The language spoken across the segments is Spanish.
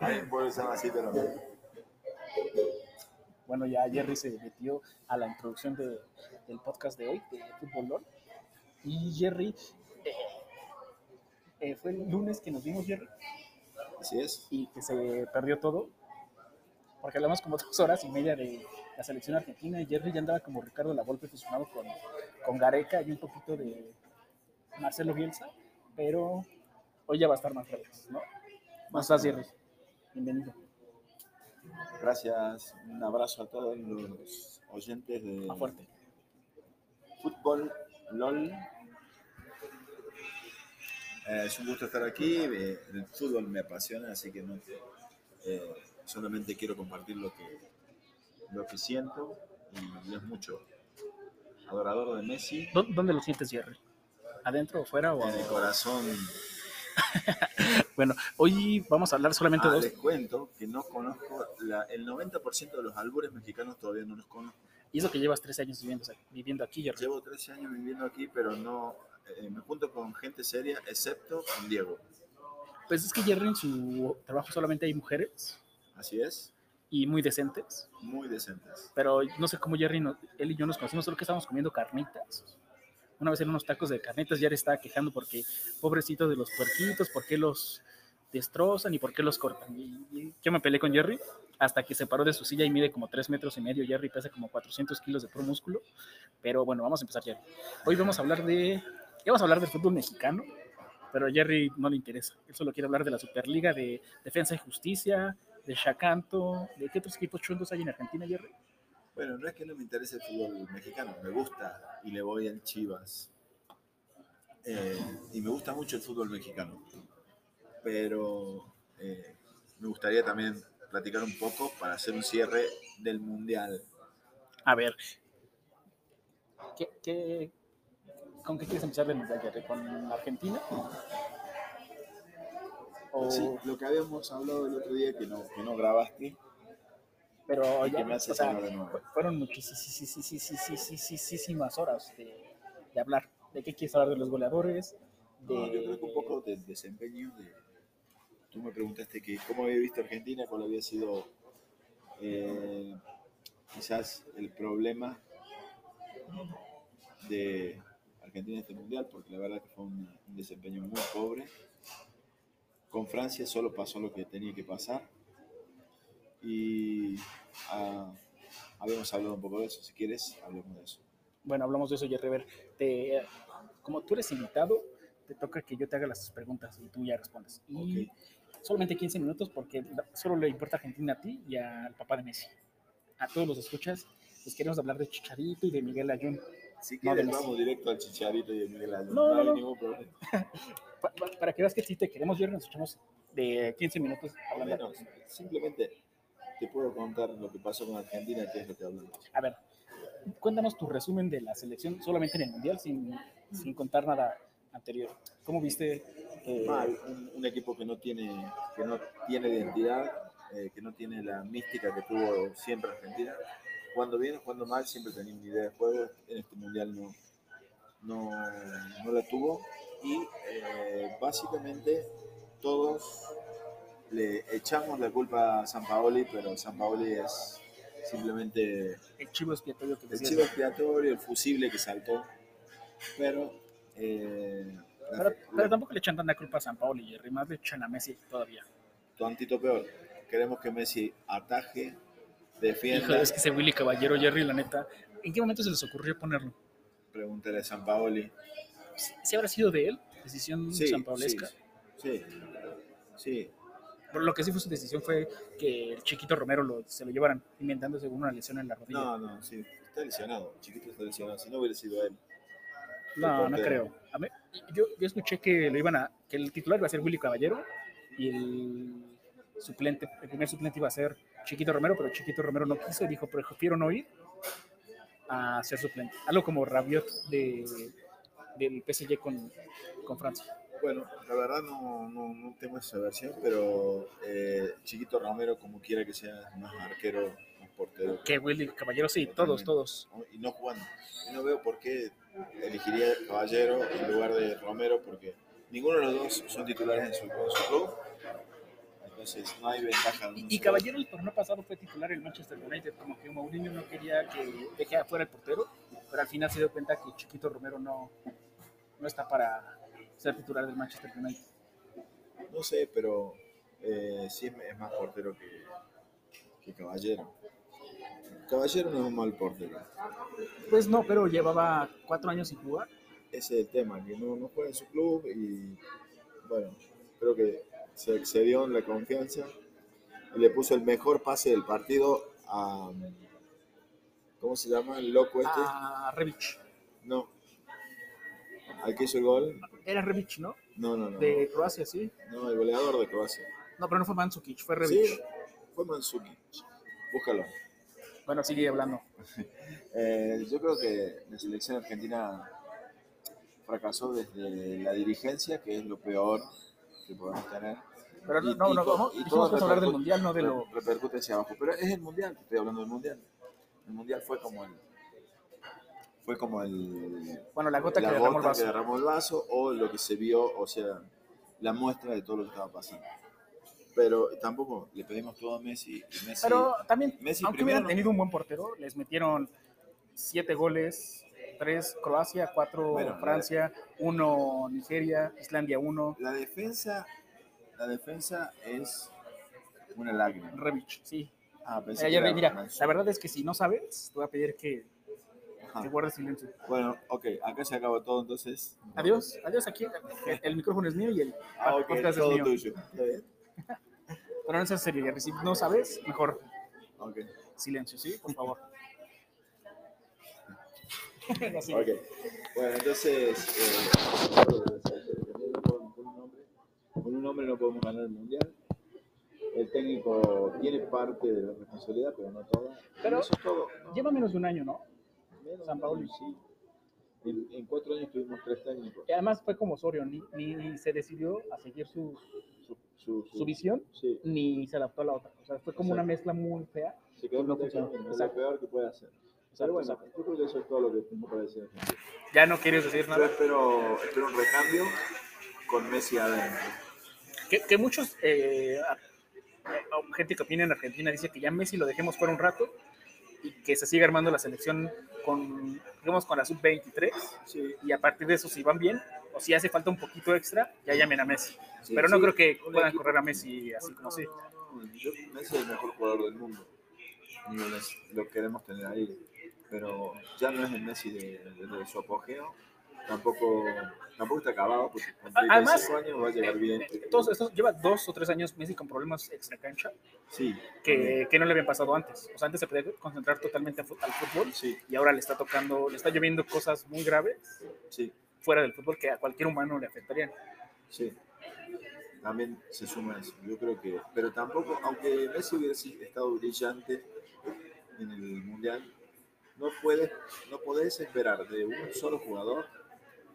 Hay pueblos que son así, pero no. Bueno, ya Jerry se metió a la introducción de- del podcast de hoy, de Fútbol LOL. Y Jerry, eh, eh, fue el lunes que nos vimos, Jerry, Así es. y que se perdió todo, porque hablamos como dos horas y media de la selección argentina, y Jerry ya andaba como Ricardo Lavolpe fusionado con, con Gareca y un poquito de Marcelo Bielsa, pero hoy ya va a estar más relax, ¿no? ¿Cómo estás, Jerry? Bienvenido. Gracias. Un abrazo a todos los oyentes de Más fuerte. Fútbol LOL. Eh, es un gusto estar aquí. eh, El fútbol me apasiona, así que no te- eh, solamente quiero compartir lo que, lo que siento y es mucho. Adorador de Messi. ¿Dó- ¿Dónde lo sientes, Jerry? ¿Adentro o fuera? O En el corazón. Bueno, hoy vamos a hablar solamente Ah, de dos. les cuento que no conozco la- el 90% de los albures mexicanos todavía no los conozco. Y eso que llevas tres años viviendo, viviendo aquí, Jerry. Llevo 13 años viviendo aquí, pero no eh, me junto con gente seria, excepto con Diego. Pues es que Jerry en su trabajo solamente hay mujeres Así es, y muy decentes. muy decentes. Pero no sé cómo Jerry, no- él y yo nos conocimos, solo que estábamos comiendo carnitas. Una vez en unos tacos de carnitas, Jerry estaba quejando porque, pobrecito de los puerquitos, por qué los destrozan y por qué los cortan. Y- y yo me peleé con Jerry hasta que se paró de su silla y mide como 3 metros y medio. Jerry pesa como 400 kilos de puro músculo. Pero bueno, vamos a empezar, Jerry. Hoy vamos a hablar de. Ya vamos a hablar del fútbol mexicano, pero a Jerry no le interesa. Él solo quiere hablar de la Superliga, de Defensa y Justicia, de Chacanto, de qué otros equipos chundos hay en Argentina, Jerry. Bueno, no es que no me interese el fútbol mexicano, me gusta y le voy al Chivas. Eh, y me gusta mucho el fútbol mexicano. Pero eh, me gustaría también platicar un poco para hacer un cierre del Mundial. A ver. ¿Qué, qué, con qué quieres empezar el mundial, Jerry? ¿Con Argentina? O- Sí, lo que habíamos hablado el otro día que no, que no grabaste. pero y ya, que me hace o sea, hacerlo de nuevo. fu- fueron muchísimas horas de, de hablar. ¿De qué quieres hablar? ¿De los goleadores? De, No, yo creo que un poco del desempeño de... Tú me preguntaste que cómo había visto Argentina, cuál había sido eh, quizás el problema de Argentina en este mundial, porque la verdad que fue un, un desempeño muy pobre. Con Francia solo pasó lo que tenía que pasar. Y ah, habíamos hablado un poco de eso. Si quieres, hablemos de eso. Bueno, hablamos de eso, Jerry. A ver, te- como tú eres invitado, te toca que yo te haga las preguntas y tú ya respondes. Y solamente 15 minutos porque la- solo le importa a Argentina a ti y al papá de Messi. A todos los escuchas, les queremos hablar de Chicharito y de Miguel Ayun. Si No, quieres, de Messi. vamos directo al Chicharito y a Miguel Alonso. No, no, hay no. ningún problema. Pa- pa- para que veas que sí te queremos, Jerry, nos echamos de 15 minutos Al hablando. menos, simplemente te puedo contar lo que pasó con Argentina, que es lo que hablamos. A ver, cuéntanos tu resumen de la selección solamente en el Mundial sin, sin contar nada anterior. ¿Cómo viste? eh, Mal, un, un equipo que no tiene, que no tiene identidad, eh, que no tiene la mística que tuvo siempre Argentina. Cuando bien o cuando mal, siempre tenía una idea de juego. En este mundial no, no, no la tuvo. Y eh, básicamente todos le echamos la culpa a San Paoli, pero San Paoli es simplemente el chivo expiatorio que El decías. chivo expiatorio, el fusible que saltó. Pero. eh, la- Pero, la- pero tampoco le echan tanta culpa a San Paolo y Jerry, más le echan a Messi todavía. tantito peor. Queremos que Messi ataje, Hijo, defienda. es que ese Willy Caballero, Jerry, la neta, ¿en qué momento se les ocurrió ponerlo? Pregúntale a San Paoli. ¿Sí sí habrá sido de él? Decisión Sí, san sí, paulesca. sí. Sí. Pero lo que sí fue su decisión fue que el chiquito Romero lo- se lo llevaran, inventándose una lesión en la rodilla. No, No, no, sí. Está lesionado. Chiquito está lesionado. Si no hubiera sido él. no, portero. creo. A mí- yo, yo escuché que lo iban a, que el titular iba a ser Willy Caballero y el suplente, el primer suplente iba a ser Chiquito Romero, pero Chiquito Romero no quiso y dijo, prefiero no ir a ser suplente. Algo como Rabiot de, del PSG con, con Francia. Bueno, la verdad no, no, no tengo esa versión, pero eh, Chiquito Romero, como quiera que sea, es más arquero, más portero. Que Willy Caballero, sí, todos, todos. ¿no? y no jugando. Y no veo por qué elegiría a Caballero en lugar de Romero, porque ninguno de los dos son titulares en su, en su club. Acá Entonces no hay ventaja. de uno Y, y sobre Caballero el torneo pasado fue titular el Manchester United, como que Mourinho no quería que deje afuera el portero, pero al final se dio cuenta que Chiquito Romero no, no está para ser titular del Manchester United. otro. No sé, pero eh, sí es es más portero que, que Caballero. Caballero no es un mal portero. Pues no, pero llevaba cuatro años sin jugar. Ese es el tema, que no, no juega en su club y bueno, creo que se excedió en la confianza y le puso el mejor pase del partido a... ¿Cómo se llama? El loco este. A Rebic. No. Al que hizo el gol. Era Rebic, ¿no? No, no, no. De Croacia, sí. No, el goleador de Croacia. No, pero no fue Mandzukic, fue Rebic. Sí, fue Mansuki. Búscalo. Bueno, sigue hablando. Eh, yo creo que la selección argentina fracasó desde la dirigencia, que es lo peor que podemos tener. Pero no, Y- no, y no, todo- vamos, y dijimos todo que vamos a hablar del repercute- Mundial, no de re- lo... Repercute hacia abajo. Pero es el mundial, te estoy hablando del mundial. El mundial fue como el. Fue como el. Bueno, la gota la que derramó gota el que vaso. derramó el vaso o lo que se vio, o sea, la muestra de todo lo que estaba pasando. Pero tampoco le pedimos todo a Messi. y Messi Pero también, Messi aunque primero, hubieran tenido un buen portero, les metieron siete goles, tres Croacia, cuatro Bueno, Francia, uno Nigeria, Islandia uno, la defensa, la defensa es una lágrima. Rebic, sí. Ah, pensé Mira, que Jerry, era mira, Manso. la verdad es que si no sabes, te voy a pedir que, Ajá. que guardes silencio. Bueno, ok, acá se acabó todo entonces. Adiós, adiós aquí, el, el micrófono es mío y el Ah, ok, podcast es todo mío. tuyo. Está bien. Pero no seas serio, Jerry, si no sabes, mejor Ok, silencio, ¿sí? Por favor. Así. ok. Bueno, entonces, eh, con un hombre- con un hombre no podemos ganar el mundial. El técnico tiene parte de la responsabilidad, pero no toda. Pero- Eso es todo. ¿no? Lleva menos de un año, ¿no? Menos San Paolo. de un año, sí. En, en cuatro años tuvimos tres técnicos. Y además fue como Osorio, ni, ni, ni se decidió a seguir su, Su, su- su- su visión, sí, ni se adaptó a la otra. O sea, fue como una mezcla muy fea. se quedó no en el funcionó. camino, es lo Exacto. peor que puede hacer. Pero Exacto, bueno, exacto. yo creo que eso es todo lo que tengo para decir. Ya no quieres decir Yo nada. espero, espero un recambio con Messi adentro. Que, que muchos, eh, a- a- gente que opina en Argentina dice que ya Messi lo dejemos fuera un rato y que se siga armando la selección con, digamos, con la sub-23 Sí, y a partir de eso si van bien o si hace falta un poquito extra, ya llamen a Messi. Pero no creo que puedan correr a Messi así como así. Yo, Messi es el mejor jugador del mundo. Y lo, lo queremos tener ahí. Pero ya no es el Messi de, de- de su apogeo. Tampoco, tampoco está acabado porque con Además, 35 años va a llegar bien. Todos estos, lleva dos o tres años Messi con problemas extra cancha Sí. que, que no le habían pasado antes. O sea, antes se podía concentrar totalmente a fu- al fútbol Sí, y ahora le está tocando, le está lloviendo cosas muy graves sí, fuera del fútbol que a cualquier humano le afectarían. sí. También se suma eso. Yo creo que. Pero tampoco, aunque Messi hubiese estado brillante en el Mundial, no puedes, no podés esperar de un solo jugador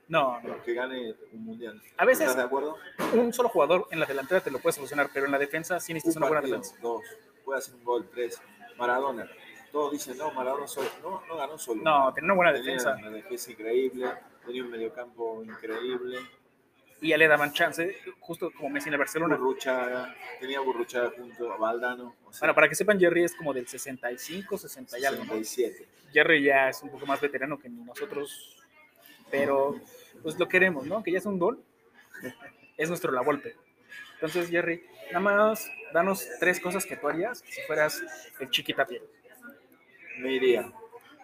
No, no. que gane un mundial. A veces- ¿Estás de acuerdo? Un solo jugador en la delantera te lo puede solucionar, pero en la defensa sí necesitas Un una buena partido, defensa. dos, puede hacer un gol, tres. Maradona. Todos dicen, no, Maradona solo. No, no ganó solo. No, tener una buena Tenía defensa una defensa increíble, tenía un mediocampo increíble. y ya le daban chance, justo como Messi en el Barcelona. Burruchaga, tenía Burruchaga junto a Valdano. O sea, Bueno, para que sepan, Jerry es como del 65, 60 y algo. ¿no? 67. Jerry ya es un poco más veterano que nosotros, pero pues lo queremos, ¿no? Que ya es un gol, es nuestro la golpe. Entonces, Jerry, nada más danos tres cosas que tú harías si fueras el chiquita piel. Me iría,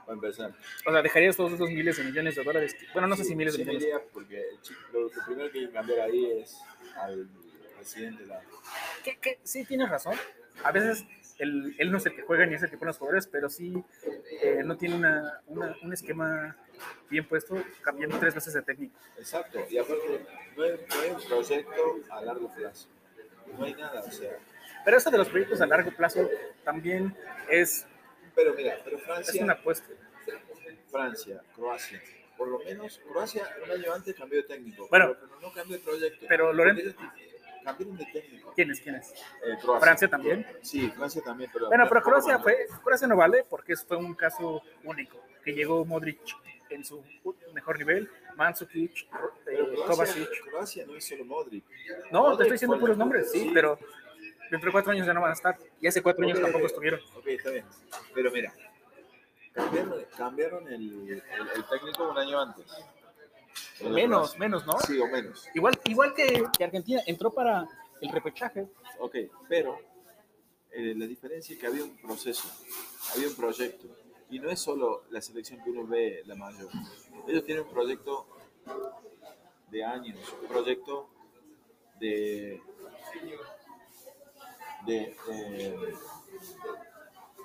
para empezar. O sea, dejarías todos esos miles de millones de dólares. que- bueno, no sé Sí, si miles de sí me millones. iría porque el chico- lo, que primero que hay que cambiar ahí es al presidente de la Que- que Sí, tienes razón. A veces el- él no es el que juega ni es el que pone los jugadores, pero sí eh, no tiene una, una- un esquema bien puesto cambiando tres veces de técnico. Exacto, y aparte, no hay, no hay un proyecto a largo plazo. No hay nada, o sea. Pero eso de los proyectos a largo plazo también es Pero mira, pero Es Francia, una apuesta. Francia, Croacia, por lo menos Croacia un año antes cambió de técnico. Bueno. pero, pero no cambió de proyecto. Pero, Loren- Porque ellos Cambiaron de técnico. ¿Quién es? ¿Quién es? Eh, Croacia. ¿Francia también? Sí, Francia también, pero. Bueno, pero tampoco Croacia, ganó. fue, Croacia no vale porque fue un caso único. Que llegó Modric en su mejor nivel, Mandzukic, eh, Pero Croacia, Kovacic. Croacia no es solo Modric. No, Modric te estoy diciendo fue puros el mejor, nombres, sí, sí. pero Dentro de cuatro años ya no van a estar. Y hace cuatro años Ok, tampoco ok, estuvieron. Ok, está bien. Pero mira, cambiaron, cambiaron el, el- el técnico un año antes. Menos, menos, ¿no? Sí, o menos. Igual, igual que, que Argentina, entró para el repechaje. Ok, pero eh, la diferencia es que había un proceso, había un proyecto. Y no es solo la selección que uno ve la mayor. Ellos tienen un proyecto de años, un proyecto de, de eh,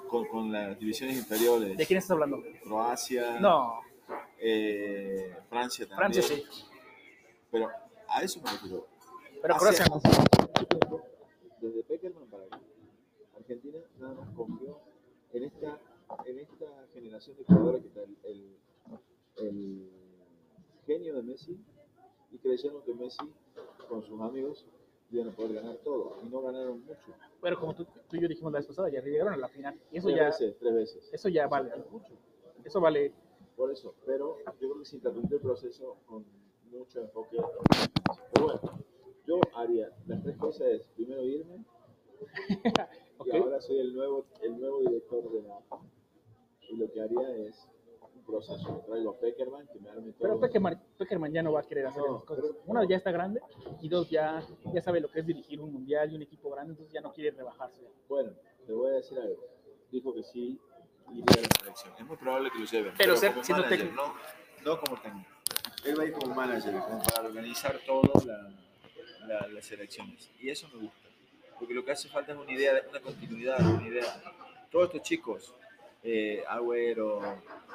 con, con las divisiones inferiores. ¿De quién estás hablando? Croacia, No, eh, Francia también. Francia sí. Pero a eso me refiero. Pero Hace- Croacia no. Desde Peckerman para acá, Argentina nada más confió en esta, en esta generación de jugadores que está el, el- el genio de Messi y creyeron que Messi con sus amigos iban a poder ganar todo y no ganaron mucho. Pero como tú, tú y yo dijimos la vez pasada, ya llegaron a la final. Y eso tres ya, veces, tres veces. eso ya vale. Ganaron mucho. Eso vale. Por eso, pero yo creo que se interrumpió el proceso con mucho enfoque. Pero bueno, yo haría las tres cosas es primero irme Ok. y ahora soy el nuevo, el nuevo director de la y lo que haría es un proceso. Traigo a Peckerman que me arme todo. Pero Peckerman, Peckerman ya no va a querer hacer No, esas cosas. pero- Uno ya está grande y dos ya, ya sabe lo que es dirigir un mundial y un equipo grande, entonces ya no quiere rebajarse. Bueno, te voy a decir algo. Dijo que sí iría a la selección. Es muy probable que lo lleven. Pero ser- como siendo manager, técnico. No, no como técnico. Él va a ir como manager, como para organizar todo la, la- las elecciones. Y eso me gusta. Porque lo que hace falta es una idea, una continuidad, una idea. Todos estos chicos, eh, Agüero,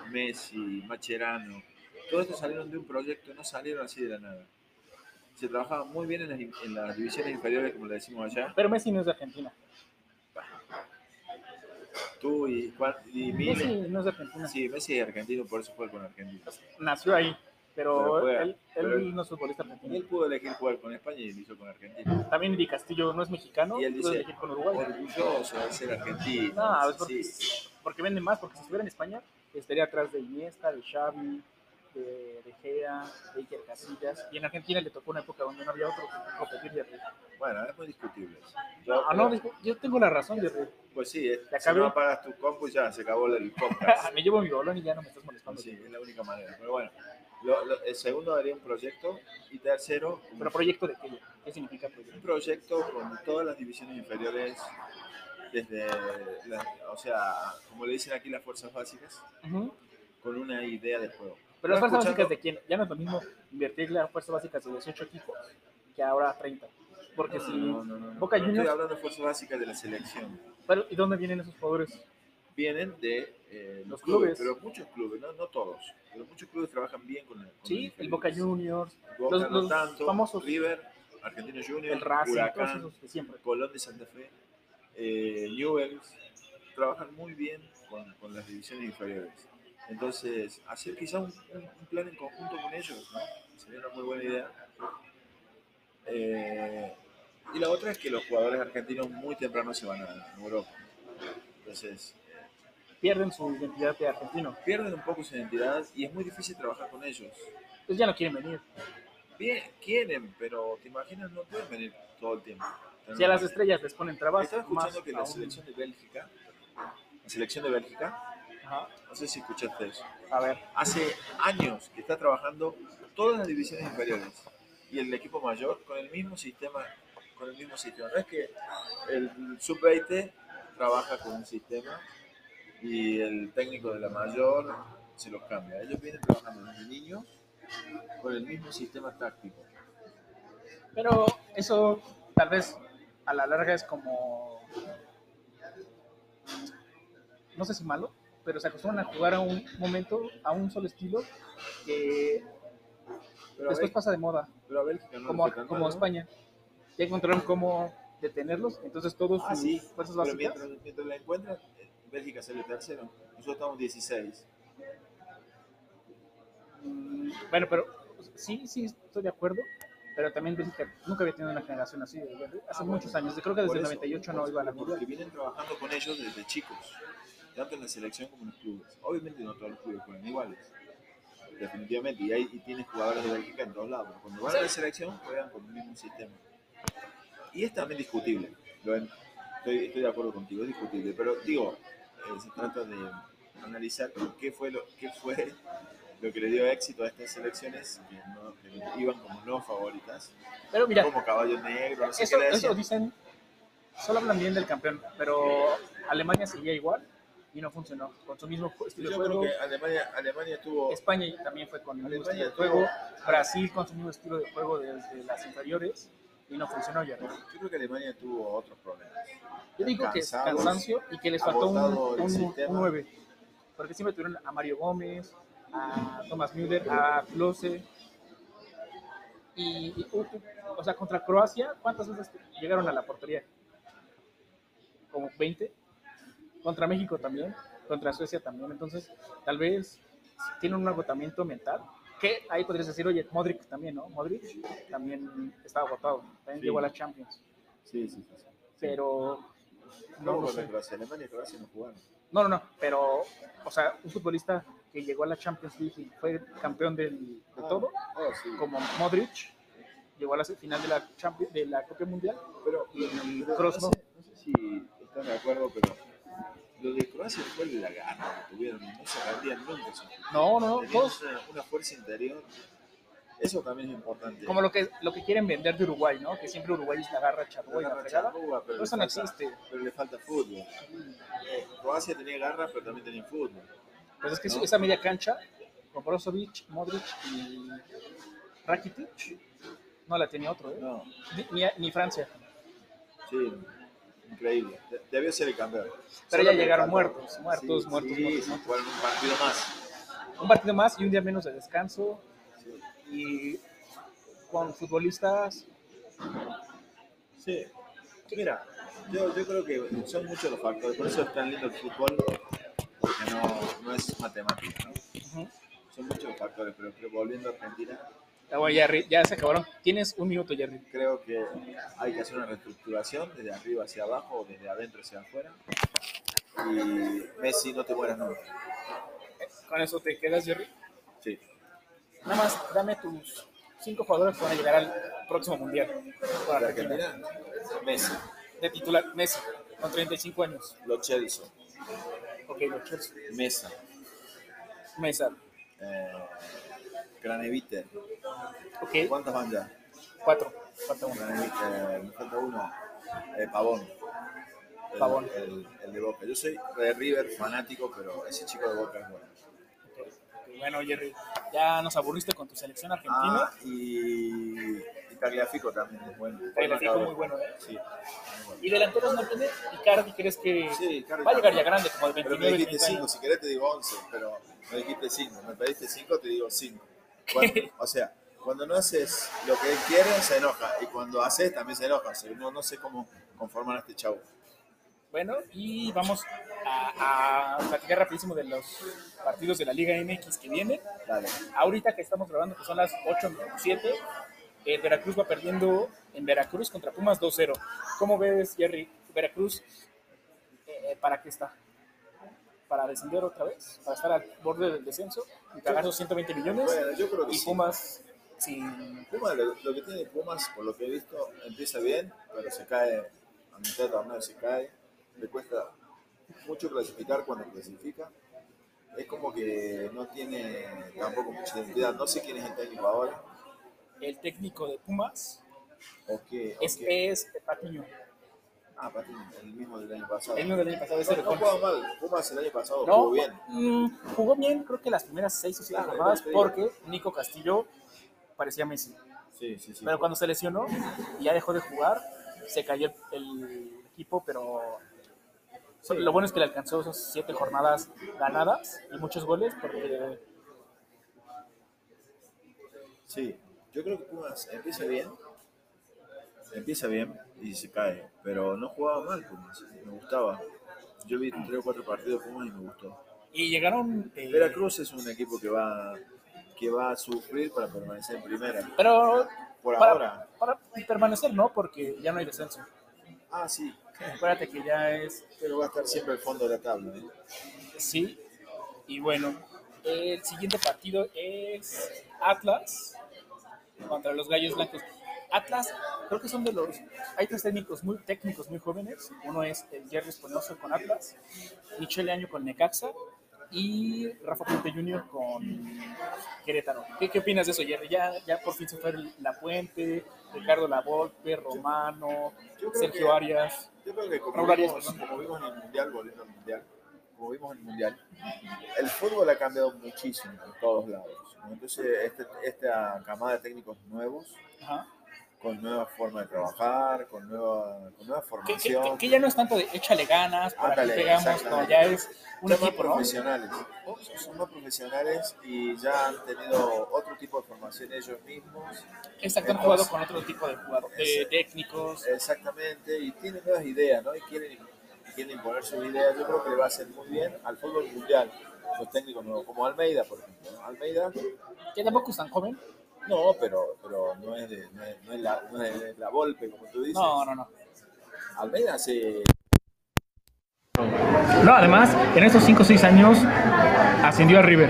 Messi, Macherano, todos estos salieron de un proyecto, no salieron así de la nada. Se trabajaba muy bien en las, en las divisiones inferiores, como le decimos allá. Pero Messi no es de Argentina. Tú y, cuan- y miles. Messi no es de Argentina. Sí, Messi es argentino, por eso juega con Argentina. Nació ahí, pero Pero juega. él, Pero- él no es futbolista Y argentino. él pudo elegir jugar con España y lo hizo con Argentina. También Di Castillo no es mexicano, Y él puede dice- elegir con Uruguay. Orgulloso de ser argentino. No, es sí, porque- sí. porque vende más, porque si estuviera en España estaría atrás de Iniesta, de Xavi, de, de Gea, de Iker Casillas, y en Argentina le tocó una época donde no había otro que competir de River. Bueno, es muy discutible. eso. Ah, no, dijo, yo tengo la razón de River. Pues sí, eh, Ya si acabé. no apagas tu compu ya se acabó el podcast. Me llevo mi bolón y ya no me estás molestando. sí, es la única manera. Pero bueno, lo- lo- el segundo haría un proyecto y tercero, un Pero proyecto de qué, ¿qué significa un proyecto? proyecto con todas las divisiones inferiores, desde, la- o sea, como le dicen aquí las fuerzas básicas, Ujú. con una idea de juego. Pero las Estaba fuerzas escuchando- básicas de quién? Ya no es lo mismo invertir las fuerzas básicas de 18 equipos que ahora 30. Porque si... No, no, no, no, Boca no, no Juniors- Estoy hablando de fuerza básica de la selección. Pero, ¿Y dónde vienen esos jugadores? Vienen de eh, Los los clubes, clubes. pero muchos clubes, no, no todos, pero muchos clubes trabajan bien con el. Con Sí, las el Boca inferiores. Juniors, Boca los- no los tanto, famosos. River, Argentino Junior, el Racing, todos Huracán, esos de siempre. Colón de Santa Fe, eh, Newell's, trabajan muy bien con, con las divisiones inferiores. Entonces, hacer quizá un, un- un plan en conjunto con ellos, ¿no? Sería una muy buena idea. Eh, y la otra es que los jugadores argentinos muy temprano se van a Europa. Entonces, eh, Pierden su identidad de argentino. pierden un poco su identidad y es muy difícil trabajar con ellos. Entonces Pues ya no quieren venir. Bien, quieren, pero te imaginas, no pueden venir todo el tiempo. Si a las estrellas les ponen trabas, Estaba más escuchando que la aún. selección de Bélgica, la selección de Bélgica, Ajá. no sé si escuchaste eso, A ver, hace años que está trabajando todas las divisiones inferiores y el equipo mayor con el mismo sistema, con el mismo sistema. No es que el sub-20 trabaja con un sistema y el técnico de la mayor se los cambia. Ellos vienen trabajando desde niños con el mismo sistema táctico. pero eso tal vez a la larga es como. No sé si malo, pero se acostumbran a jugar a un momento, a un solo estilo, que Pero a, después Bélgica, pasa de moda, pero a Bélgica no como, le fue tan como mal, ¿no? España. Ya encontraron cómo detenerlos, entonces todos Ah, sus sí, fuerzas Pero básicas. mientras, mientras la encuentran, eh, Bélgica sale tercero. Nosotros estamos 16. Mm, Bueno, pero pues, sí, sí, estoy de acuerdo. Pero también Bélgica nunca había tenido una generación así. de- de- Hace Ah, bueno. muchos años. Creo que desde Por el eso, 98 por no eso, iba a la porque mundial. vienen trabajando con ellos desde chicos, tanto en la selección como en los clubes. Obviamente no todos los clubes juegan iguales, definitivamente. Y, hay, y tienes jugadores de Bélgica en todos lados. pero Cuando van a la selección juegan con el mismo sistema. Y es también discutible. Lo en- estoy, estoy de acuerdo contigo, es discutible, pero digo, eh, se trata de analizar qué fue lo, qué fue lo que le dio éxito a estas elecciones que, no- que iban como no favoritas, Pero mira, como caballo negro, no sé eso, qué le eso decían. dicen, solo hablan bien del campeón, pero Alemania seguía igual y no funcionó con su mismo ju- estilo de Yo creo juego. que Alemania, Alemania tuvo España también fue con el mismo Alemania estilo de juego. tuvo- Brasil con su mismo estilo de juego desde las inferiores y no funcionó ya. ¿no? yo creo que Alemania tuvo otros problemas. Yo digo que es Cansados, cansancio y que les faltó un, agotado el un- un sistema. 9. Porque siempre tuvieron a Mario Gómez, a Thomas Müller, a Klose. Y, y- u- o sea, contra Croacia, ¿cuántas veces llegaron a la portería? Como 20. Contra México también, contra Suecia también. Entonces, tal vez tienen un agotamiento mental. Que ahí podrías decir, oye, Modric también, ¿no? Modric también estaba agotado. También Sí. llegó a la Champions. Sí, sí, sí. Pero no No, lo con sé. Croacia, Alemania y Croacia no jugaron. No, no, no, pero, o sea, un futbolista que llegó a la Champions League y fue campeón del- de Ah, todo, oh, sí. como Modric, llegó a la final de la, Champions, de la Copa Mundial. Pero, y pero Kroos no, no. sé, no sé si estás de acuerdo, pero lo de Croacia fue la gana que tuvieron, no se rendían nunca. sí. No, no, no, Tenían todos, una, una fuerza interior, eso también es importante. como lo que, lo que quieren vender de Uruguay, ¿no? Que siempre Uruguay es la garra Una charrúa y la garra fregada. charrúa, pero Pero eso no le falta- existe. Pero le falta fútbol. Eh, Croacia tenía garra, pero también tenía fútbol. Pues es que ¿No? esa media cancha, con Brozovic, Modric y Rakitic, no la tenía otro, ¿eh? No, Ni- Ni, ni Francia. sí, increíble. De- Debió ser el campeón. Pero Solo ya que le llegaron faltó- muertos, muertos, sí, muertos, sí, muertos, sí, muertos. Jugaron un partido más. Un partido más y un día menos de descanso. Sí. y con futbolistas. Sí. Mira, yo, yo creo que son muchos los factores. Por eso es tan lindo el fútbol, porque no, no es matemática. ¿no? Son muchos los factores, pero creo que volviendo a Argentina, Ah, bueno, ya, Ri- ya se acabaron. Tienes un minuto, Jerry. creo que hay que hacer una reestructuración desde arriba hacia abajo, o desde adentro hacia afuera. Y Messi, no te mueras nunca. Con eso te quedas, Jerry. Sí. Nada más, dame tus cinco jugadores que van a llegar al próximo mundial. De Para Argentina. Argentina, Messi, De titular, Messi, con 35 años. Lo Celso, Ok, los Chelsea. Mesa, Mesa. eh, Graneviter. Ok, ¿Cuántos van ya? cuatro. Falta uno. Eh, me falta uno, eh, Pavón. El- Pavón. El, el de Boca. Yo soy de River fanático, pero ese chico de Boca es bueno. Ok. Ok, Bueno, Jerry, ya nos aburriste con tu selección argentina. Ah, y, y Tagliafico también es bueno. Pero les dijo Buen muy bueno, ¿eh? Sí, muy bueno. Y delanteros no tienes. Y Cardi, ¿crees que Sí, Cardi va a llegar también. ya grande, como de Pero me 29, dijiste 30 5, años? si querés te digo 11, pero me dijiste 5, me pediste 5, te digo 5. Cuando- o sea, cuando no haces lo que él quiere, se enoja, y cuando haces también se enoja, o sea, no, no sé cómo conformar a este chavo. Bueno, y vamos a, a platicar rapidísimo de los partidos de la Liga MX que vienen. Dale, Ahorita que estamos grabando, que son las 8 menos 7, eh, Veracruz va perdiendo en Veracruz contra Pumas 2-0. ¿Cómo ves, Jerry? Veracruz, eh, ¿para qué está? ¿Para descender otra vez? ¿Para estar al borde del descenso? ¿Y pagar los 120 millones? bueno, yo creo que Y sí. Pumas sin... Pumas, lo, lo que tiene Pumas, por lo que he visto, empieza bien, pero se cae a mitad de torneo, se cae. Le cuesta mucho clasificar cuando clasifica. Es como que no tiene tampoco mucha identidad. No sé quién es el técnico ahora. El técnico de Pumas O qué, o es, qué. es Patiño. Ah, Patín, el mismo del año pasado. El mismo del año pasado, ese no, no recorte. jugaba mal. Pumas el año pasado No, jugó bien. Ah, mm, jugó bien, creo que las primeras seis o siete Claro, jornadas, sí. porque Nico Castillo parecía Messi. Sí, sí, sí. Pero cuando se lesionó y ya dejó de jugar, se cayó el, el equipo, pero so- lo bueno es que le alcanzó esas siete jornadas ganadas y muchos goles, porque Sí, yo creo que Pumas empieza bien, empieza bien y se cae, pero no jugaba mal Pumas, me gustaba. Yo vi tres o cuatro partidos de Pumas y me gustó. y llegaron... eh, Veracruz es un equipo que va, que va a sufrir para permanecer en primera. Pero Por para, ahora. para permanecer, ¿no? Porque ya no hay descenso. Ah, sí, Acuérdate que ya es pero va a estar siempre al fondo de la tabla. ¿eh? Sí, y bueno, el siguiente partido es Atlas contra los Gallos Blancos. Atlas Creo que son de los. Hay tres técnicos muy técnicos, muy jóvenes. Uno es el Jerry Espinosa con Atlas, Michele Año con Necaxa y Rafa Puente Jr. con Querétaro. ¿Qué, qué opinas de eso, Jerry? Ya, ya por fin se fue el- La Puente, Ricardo Lavolpe, Romano, Yo creo Sergio que- Arias. Yo creo que como Raúl Arias, vimos, perdón. como vimos en el Mundial, volviendo al Mundial, como vimos en el Mundial, el fútbol ha cambiado muchísimo en todos lados. ¿no? Entonces, este- esta camada de técnicos nuevos, Ajá. con nueva forma de trabajar, con nueva, con nueva Que, que- formación, que- que ya no es tanto de échale ganas, por aquí Ándale, pegamos, no, exactamente. ya es un son más equipo, ¿no? profesionales. Son- Son más profesionales y ya han tenido otro tipo de formación ellos mismos. Exacto, han jugado con otro tipo de jugadores, de técnicos. Exactamente, y tienen nuevas ideas, ¿no? Y quieren, quieren imponer sus ideas. Yo creo que le va a hacer muy bien al fútbol mundial los técnicos nuevos, como Almeida, por ejemplo. ¿no? Almeida, Que tampoco es tan joven. no, pero, pero no es de, no es, no es la, no es de la golpe, como tú dices. No, no, no. Almeida hace No, además, en estos 5 o 6 años ascendió a River,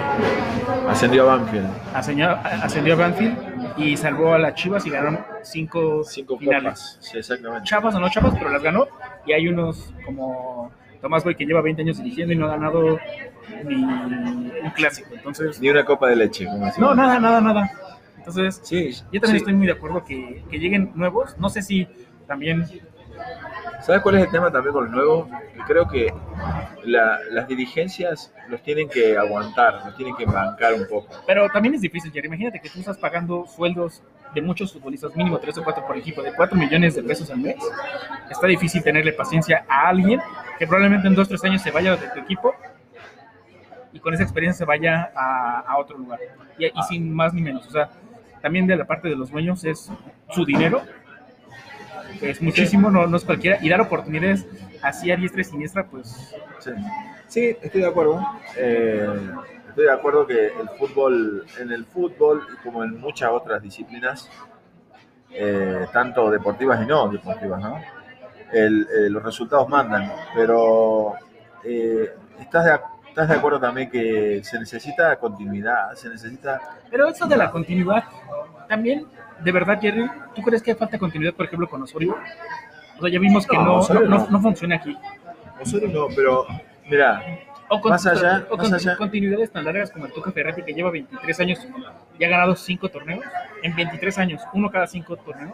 Ascendió a Banfield. ascendió, ascendió a Banfield y salvó a las Chivas y ganaron 5 Sí, exactamente. Chavas o no chavas, pero las ganó. Y hay unos como Tomás Boy que lleva 20 años dirigiendo y no ha ganado ni un clásico. Entonces, Ni una copa de leche, como no, nada, nada, nada. Entonces, Sí, yo también estoy muy de acuerdo que, que lleguen nuevos. No sé si también ¿Sabes cuál es el tema también con los nuevos? Creo que la- las dirigencias los tienen que aguantar, los tienen que bancar un poco. Pero también es difícil, Jerry. Imagínate que tú estás pagando sueldos de muchos futbolistas, mínimo 3 o 4 por equipo, de 4 millones de pesos al mes. Está difícil tenerle paciencia a alguien que probablemente en 2 o 3 años se vaya de tu equipo y con esa experiencia se vaya a, a otro lugar. Y, y sin más ni menos. O sea, también de la parte de los dueños es su dinero. Es muchísimo, no, no es cualquiera. Y dar oportunidades así a diestra y siniestra, pues Sí, Sí, estoy de acuerdo. Eh, estoy de acuerdo que el fútbol, en el fútbol y como en muchas otras disciplinas, eh, tanto deportivas y no deportivas, ¿no? El- eh, los resultados mandan, pero eh, ¿estás, de, ac- estás de acuerdo también que se necesita continuidad, se necesita Pero eso de la continuidad, también, de verdad, Jerry, ¿tú crees que falta continuidad, por ejemplo, con Osorio? O sea, ya vimos que No, no, no, Osorio no, no. no funciona aquí. Osorio no, pero mira, O con- Más allá, o más allá. continuidades tan largas como el Tuca Ferretti, que lleva 23 años y ha ganado 5 torneos. En 23 años, uno cada 5 torneos.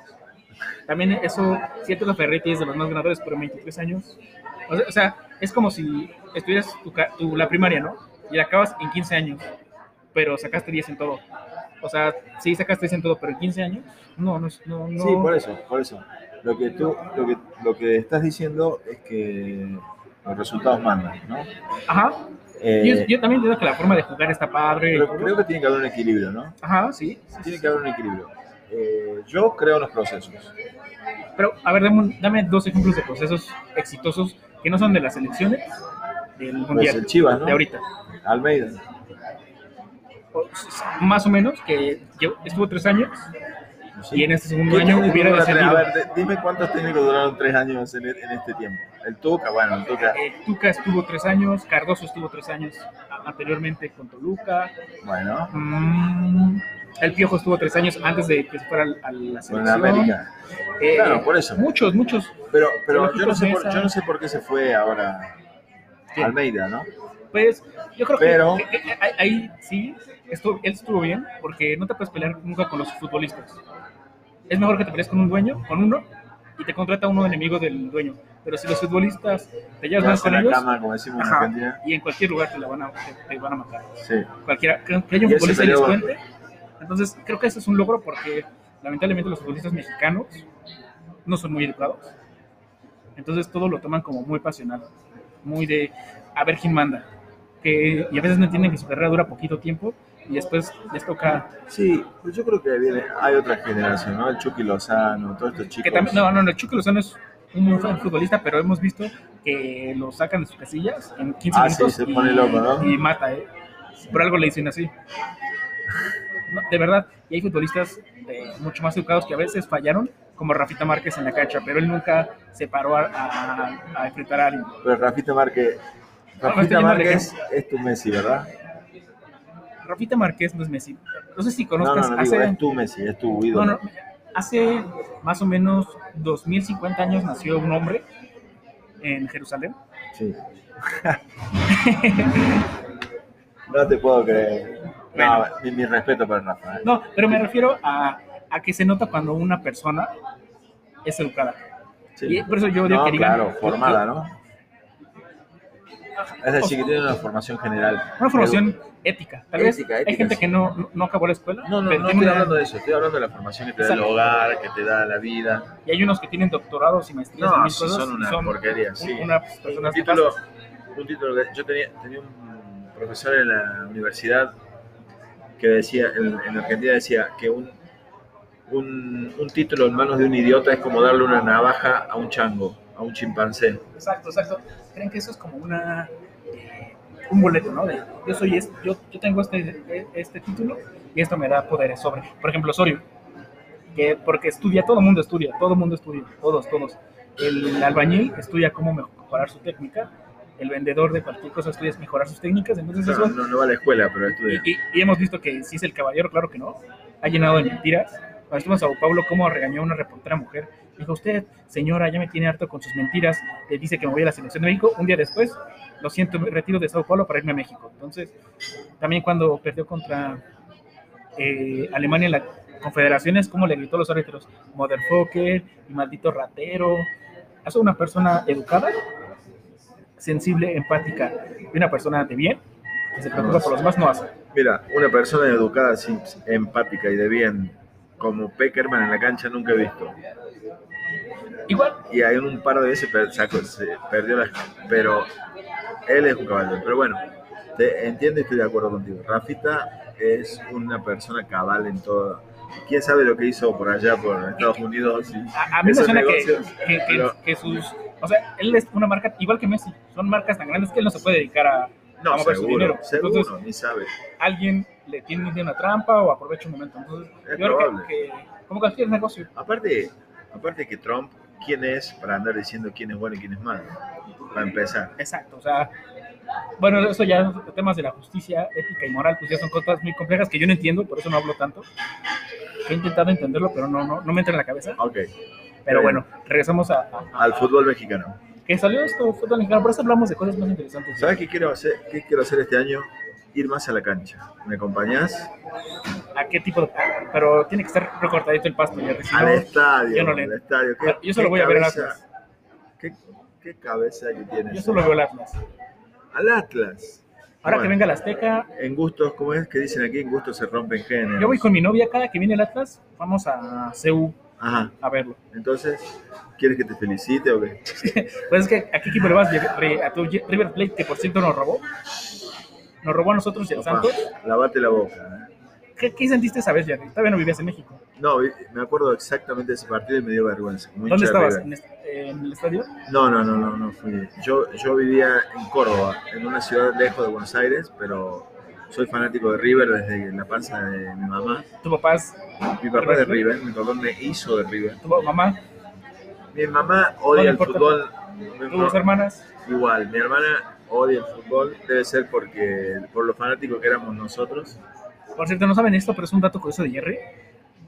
También eso, si el Tuca Ferretti es de los más ganadores, pero en 23 años. O sea, o sea, es como si estudias tu, ca- tu- la primaria, ¿no? Y la acabas en 15 años, pero sacaste 10 en todo. O sea, sí sacaste 10 en todo, pero en 15 años, no, no, es- no. no. sí, por eso, por eso. Lo que tú, lo que, lo que estás diciendo es que los resultados mandan, ¿no? Ajá. Eh, yo, yo también creo que la forma de jugar está padre. y pero todo. creo que tiene que haber un equilibrio, ¿no? Ajá, sí. Tiene que haber un equilibrio. Eh, yo creo en los procesos. Pero, a ver, dame, un- dame dos ejemplos de procesos exitosos que no son de las elecciones del Pues mundial el Chivas, ¿no? de ahorita. Almeida. O, s- s- más o menos, que llevo- estuvo tres años no sé. y en este segundo ¿Qué año técnico hubiera dura tres- descendido. A ver, de- dime cuántos técnicos duraron tres años en, en este tiempo. El Tuca, bueno, el Tuca. Eh, Tuca estuvo tres años, Cardoso estuvo tres años anteriormente con Toluca, Bueno, mm, el Piojo estuvo tres años antes de que se fuera al- a la con selección. América. Eh, Claro, por eso. Muchos, muchos. Pero, pero yo, Lógico, no sé por, Mesa. yo no sé por qué se fue ahora ¿Quién? Almeida, ¿no? Pues yo creo Pero- que, que- que ahí- ahí sí, estuvo, él estuvo bien, porque no te puedes pelear nunca con los futbolistas. Es mejor que te pelees con un dueño, con uno, y te contrata uno enemigo del dueño. Pero si los futbolistas te llevas Quedarse más con en la ellos, cama, como decimos Ajá. en Argentina. y en cualquier lugar te, la van a, te, te van a matar. Sí. Cualquiera, que, que haya un Y ese futbolista y les peleó- cuente. Entonces creo que eso es un logro porque lamentablemente los futbolistas mexicanos no son muy educados. Entonces todo lo toman como muy pasional, muy de a ver quién manda. Que, y a veces no entienden que su carrera dura poquito tiempo y después les toca... Sí, pues yo creo que viene, hay otra generación, ¿no? El Chucky Lozano, todos estos chicos. Que también, no, no, no, el Chucky Lozano es un muy buen futbolista, pero hemos visto que lo sacan de sus casillas en 15 Ah, sí, minutos se y, pone loco, ¿no? y mata, ¿eh? Por algo le dicen así. No, de verdad, y hay futbolistas eh, mucho más educados que a veces fallaron, como Rafita Márquez en la cancha, pero él nunca se paró a, a- a enfrentar a alguien. Pero Rafita Márquez, me estoy Rafita yendo al Márquez es tu Messi, ¿verdad? Rafita Márquez no es Messi. No sé si No, no, conozcas no, hace... digo, es tu Messi, es tu no, ídolo. no, Hace más o menos 2050 años nació un hombre en Jerusalén. Sí. no te puedo creer. No, Bueno. mi, mi respeto para Rafa. ¿eh? No, pero me refiero a, a que se nota cuando una persona es educada. Sí. Y por eso yo digo No, que digan- claro, formada, ¿no? Es O sea, decir, que tiene una formación general. Una formación ética. Tal vez Ética, hay ética, gente sí. que no, no- no acabó la escuela, No, no, pero no tiene estoy una- hablando de eso, estoy hablando de la formación que te da el Exacto. hogar, que te da la vida. y hay unos que tienen doctorados y maestrías en No, mil sí, cosas son y una son porquería, un- sí. unas personas Un título, nefastas. un título que yo tenía, tenía un profesor en la universidad que decía, en, en Argentina decía que un, un, un título en manos de un idiota es como darle una navaja a un chango, a un chimpancé. Exacto, exacto. Creen que eso es como una eh, un boleto, ¿no? De, yo soy es- yo, yo tengo este, este título y esto me da poderes sobre. Por ejemplo, Osorio, que porque estudia, todo el mundo estudia, todo el mundo estudia, todos, todos. El albañil estudia cómo mejorar su técnica, el vendedor de cualquier cosa estudia mejorar sus técnicas, entonces No, eso no, no va a la escuela, pero estudia. Y, y- y hemos visto que si es el caballero, claro que no. Ha llenado de mentiras. Cuando estuvimos a Sao Paulo, cómo regañó a una reportera mujer. Dijo, usted, señora, ya me tiene harto con sus mentiras. Le dice que me voy a la selección de México. Un día después, lo siento, me retiro de Sao Paulo para irme a México. Entonces, también cuando perdió contra eh, Alemania en las confederaciones, cómo le gritó a los árbitros, motherfucker, y maldito ratero. Es una persona educada, sensible, empática, y una persona de bien, que se preocupa por los demás, no hace. Mira, una persona educada, sí, empática y de bien, como Peckerman en la cancha nunca he visto. Igual, y hay un par de veces per- sacó- se perdió la pero él es un caballo pero bueno te entiendo y estoy de acuerdo contigo Rafita es una persona cabal en todo quién sabe lo que hizo por allá por Estados Unidos y a, a mí me esos suena que, negocios, que, que- pero- que sus. O sea, él es una marca, igual que Messi, son marcas tan grandes que él no se puede dedicar a. no vamos a ver su dinero. seguro seguro Entonces- ni sabe Alguien le tiene un día una trampa o aprovecha un momento. Entonces, Es yo creo probable. que, que- Como cualquier negocio. aparte aparte que Trump quién es para andar diciendo quién es bueno y quién es malo para empezar Exacto, o sea. Bueno, eso ya, temas de la justicia, ética y moral, pues ya son cosas muy complejas que yo no entiendo, por eso no hablo tanto. He intentado entenderlo, pero no, no, no me entra en la cabeza. ok Pero bien. bueno, regresamos a, a- al fútbol mexicano que salió esto, fútbol mexicano, por eso hablamos de cosas más interesantes. sabes qué quiero hacer qué quiero hacer este año ir más a la cancha me acompañás a qué tipo de... Pero tiene que estar recortadito el pasto, Jerry. si al no- estadio, yo no le- al estadio. ¿Qué- yo solo qué voy a ver al cabeza- Atlas. ¿Qué, qué cabeza que tienes? Yo solo veo el Atlas. Al Atlas. Ahora que Bueno, venga el Azteca, En gustos, ¿cómo es que dicen aquí? En gustos se rompen géneros. yo voy con mi novia cada que viene el Atlas, vamos a CEU Ajá, a verlo. entonces, ¿quieres que te felicite o qué? Pues es que a qué equipo le vas, Jerry? a tu Ye- River Plate, que por cierto nos robó. Nos robó a nosotros y al Papá, Santos. Lavate la boca. ¿eh? ¿Qué, qué sentiste esa vez, Jerry? Todavía no vivías en México. No, vi- me acuerdo exactamente de ese partido y me dio vergüenza. como ¿Dónde hincha de estabas? River. ¿En, est- en el estadio? No, no, no, no, no fui. Yo, yo vivía en Córdoba, en una ciudad lejos de Buenos Aires, pero soy fanático de River desde la panza de mi mamá. ¿Tu papá, es- Mi papá es de River, mi papá me hizo de River. tu mamá, Mi mamá odia No le el importa. fútbol. Mi tus mamá- hermanas? igual, mi hermana odia el fútbol. Debe ser porque por lo fanáticos que éramos nosotros. Por cierto, no saben esto, pero es un dato curioso de Jerry.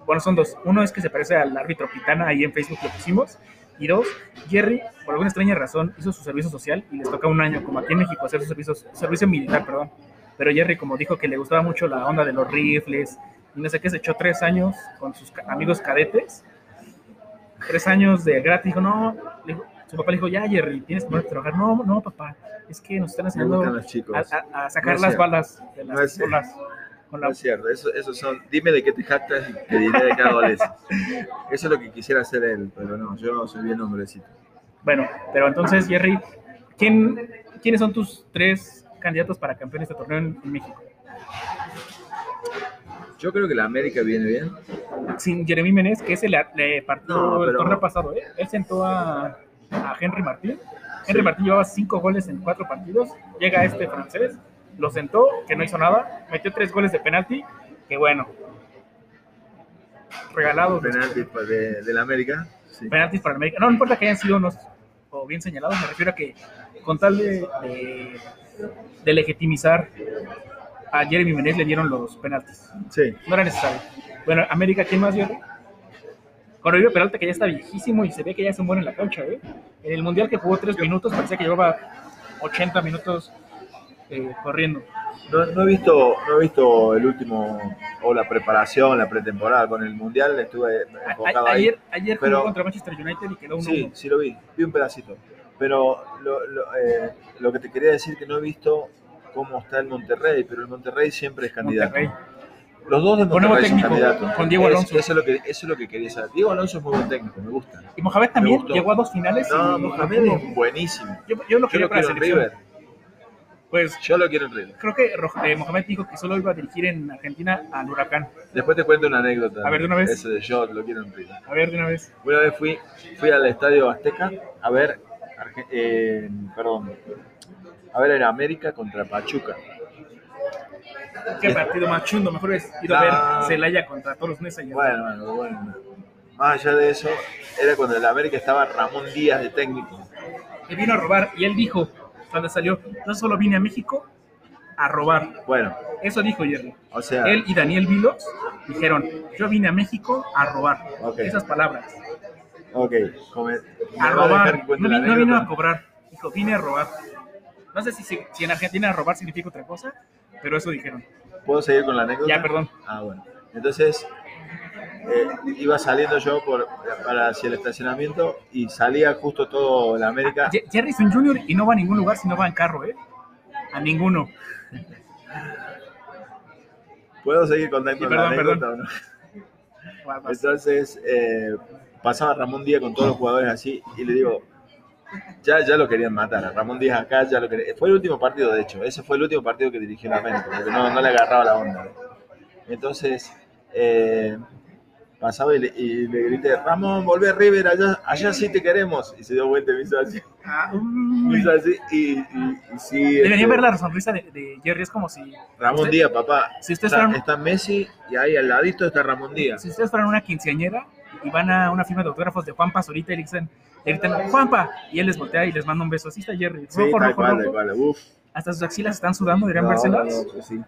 Bueno, son dos. Uno es que se parece al árbitro Pitana, ahí en Facebook lo pusimos. Y dos, Jerry, por alguna extraña razón, hizo su servicio social y les toca un año, como aquí en México, hacer su servicio, servicio militar, perdón. Pero Jerry, como dijo que le gustaba mucho la onda de los rifles y no sé qué, se echó tres años con sus ca- amigos cadetes. Tres años de gratis. Dijo, no, le dijo- su papá le dijo, ya Jerry, tienes que ponerte a trabajar. No, no, papá, es que nos están Me gustan enseñando los chicos. a, a- a sacar No es las cierto. balas de No las es cierto. bolas. Con No la es cierto, eso, eso son. Dime de qué te jactas y te diré de qué adoleces. Eso es lo que quisiera hacer él, pero no, yo soy bien hombrecito. Bueno, pero entonces, Jerry, ¿quién, ¿quiénes son tus tres candidatos para campeón de este torneo en, en México? Yo creo que la América viene bien. Sin Jeremy Menez, que ese le, le partió No, el pero- torneo pasado, ¿eh? Él sentó a, a Henry Martín. Henry Sí. Martín llevaba cinco goles en cuatro partidos. Llega este francés, lo sentó, que no hizo nada, metió tres goles de penalti, que bueno. Regalados. Penalti pa- de, de la América. Sí. penaltis para el América. No, no importa que hayan sido unos o bien señalados, me refiero a que con tal de, de, de legitimizar a Jeremy Menez le dieron los penaltis. Sí. No era necesario. Bueno, América, ¿quién más dio? Con Oribe Peralta, que ya está viejísimo y se ve que ya es un buen en la cancha, ¿eh? En el Mundial que jugó tres minutos, parecía que llevaba 80 minutos eh, corriendo. No, no he visto, no he visto el último, o la preparación, la pretemporada con el Mundial, estuve A- enfocado a- ahí. ayer ayer jugó pero- contra Manchester United y quedó 1-1. Sí, sí lo vi, vi un pedacito. Pero lo, lo, eh, lo que te quería decir que no he visto cómo está el Monterrey, pero el Monterrey siempre es candidato. Monterrey. Los dos de Con nuevo Monterrey son técnico, candidatos. con Diego Es- Alonso. eso, es lo que, eso es lo que quería saber. Diego Alonso es muy buen técnico, me gusta. Y Mohamed también gustó. llegó a dos finales. No, y- Mohamed es buenísimo. Yo, yo lo Yo quería lo para la quiero en selección. River. Pues Yo lo quiero en River. creo que Ro- eh, Mohamed dijo que solo iba a dirigir en Argentina al Huracán. Después te cuento una anécdota. A ver, de una vez. Eso de yo lo quiero en River. A ver, de una vez. Una vez fui, fui al estadio Azteca a ver, Arge- eh, perdón, a ver en América contra Pachuca. Qué partido más chundo. Mejor es ir Ah. a ver Celaya contra todos los Nesa. y- Bueno, bueno, bueno. Más allá de eso, era cuando en la América estaba Ramón Díaz de técnico. Me vino a robar y él dijo cuando salió, yo solo vine a México a robar. Bueno, Eso dijo Jerry. o sea, Él y Daniel Vilos dijeron, yo vine a México a robar. Ok. Esas palabras. ok, come- me va A dejar que robar. cuente No, la vi- no vino a anécdota. cobrar. Dijo, vine a robar. No sé si, se- si en Argentina robar significa otra cosa, pero eso dijeron. ¿Puedo seguir con la anécdota? Ya, perdón. Ah, bueno. Entonces, eh, iba saliendo yo por, para hacia el estacionamiento y salía justo todo la América. Ye- Jerry es un junior y no va a ningún lugar si no va en carro, ¿eh? A ninguno. ¿Puedo seguir contando Sí, la perdón, anécdota perdón. o no? Va- va- Entonces eh, pasaba Ramón Díaz con todos los jugadores así y le digo, ya, ya lo querían matar, a Ramón Díaz acá, ya lo querían. Fue el último partido, de hecho, ese fue el último partido que dirigió la América, porque no, no le agarraba la onda. Entonces eh, pasaba y le, y le grité, Ramón, volvé a River, allá, allá sí te queremos. Y se dio vuelta y me hizo así, Ah, me uy. hizo así y, y- y sí. Deberían este, ver la sonrisa de, de Jerry, es como si, Ramón usted- Díaz, papá. si ustedes Está, fueran está Messi y ahí al ladito está Ramón Díaz. si ustedes fueran una quinceañera y van a una firma de autógrafos de Juanpa Zurita y le dicen, le gritan, Juanpa, y él les voltea y les manda un beso. Así está Jerry, rojo, Sí, tal rojo, cual, rojo. tal cual. Uf. Hasta sus axilas están sudando, deberían No, vérselas. no, no, sí.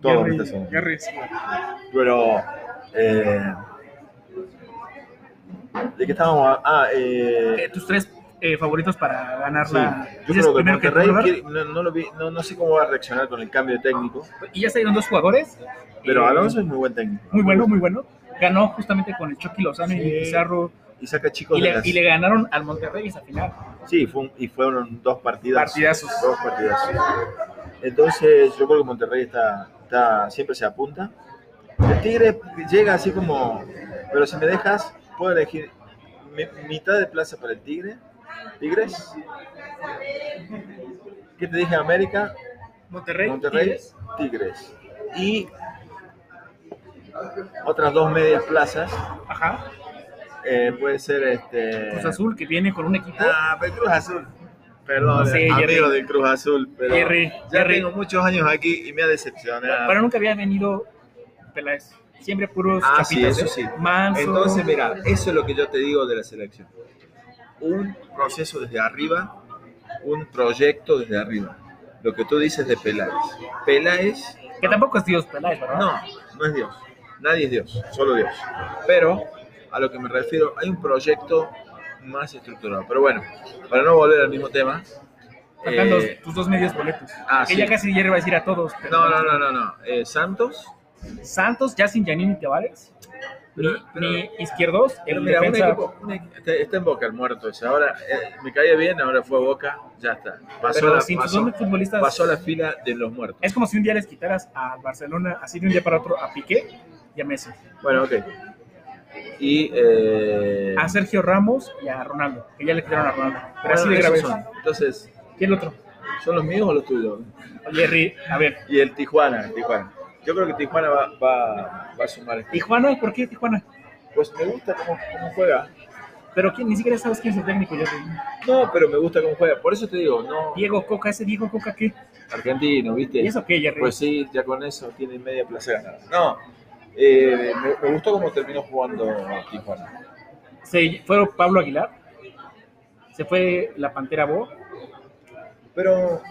Todo me Jerry, está sonando. Jerry, sí. Pero. eh, ¿De qué estábamos? Ah, Eh, eh. Tus tres eh, favoritos para ganar sí. la. Yo creo dices que el primero que Monterrey Pulgar, quiere- no, no lo vi- no- no sé cómo va a reaccionar con el cambio de técnico, Y ya salieron dos jugadores. pero Eh, Alonso es muy buen técnico. Muy bueno, muy bueno. Ganó justamente con el Chucky Lozano Sí. y Pizarro. Y saca chicos Y de le, las- y le ganaron al Monterrey esa final. Sí, fue un- y fueron dos partidas. Partidazos. Dos partidas. Entonces, yo creo que Monterrey está, está- siempre se apunta. El Tigre llega así como, pero si me dejas, puedo elegir mi- mitad de plaza para el Tigre. Tigres. ¿Qué te dije? América, Monterrey. Monterrey, Tigres. Tigres. Y otras dos medias plazas. Ajá. eh, puede ser este. Cruz Azul, que viene con un equipo. Ah, pero Cruz Azul. Perdón, No sé, amigo Jerry. de Cruz Azul, pero Jerry, ya Jerry. tengo muchos años aquí y me ha decepcionado. Pero nunca había venido Peláez. Siempre puros Ah, sí, chapitas. eso ¿eh? sí. Manso. Entonces, mira, eso es lo que yo te digo de la selección. Un proceso desde arriba, un proyecto desde arriba. Lo que tú dices de Peláez. Peláez Que tampoco es Dios Peláez, ¿verdad? No, no es Dios. Nadie es Dios, solo Dios. Pero a lo que me refiero, hay un proyecto más estructurado. Pero bueno, para no volver al mismo tema. Faltan eh, los- tus dos medios boletos. ah, que sí. ya casi Jerry va a decir a todos. pero- No, no, no, no, no. Eh, Santos. Santos, ya sin Janine Tavares. Pero, ni, pero- ni izquierdos. pero El mira, un defensa. equipo- un equ- está, está en Boca el muerto ese. Ahora eh, me caía bien, ahora fue a Boca, ya está. Pasó, pero la, sin sus pasó, dos futbolistas. pasó la fila de los muertos. Es como si un día les quitaras a Barcelona, así de un día para otro, a Piqué y a Messi. Bueno, ok. Y. Eh, A Sergio Ramos y a Ronaldo, que ya le quitaron a Ronaldo. Pero bueno, así de esos grave. son. Entonces, ¿Quién otro? ¿son los míos o los tuyos? Jerry, a ver. Y el Tijuana, el Tijuana. Yo creo que Tijuana va, va, va a sumar. Tijuana, ¿por qué Tijuana? Pues me gusta cómo, cómo juega. Pero quién, ni siquiera sabes quién es el técnico, Jerry. No, pero me gusta cómo juega. Por eso te digo, no. Diego Coca, ese Diego Coca, ¿qué? Argentino, ¿viste? ¿Y eso qué, Jerry? Pues sí, ya con eso tiene media placer. No, eh, me, me gustó cómo terminó jugando Tijuana. Se fue Pablo Aguilar, se fue la Pantera Bo. Pero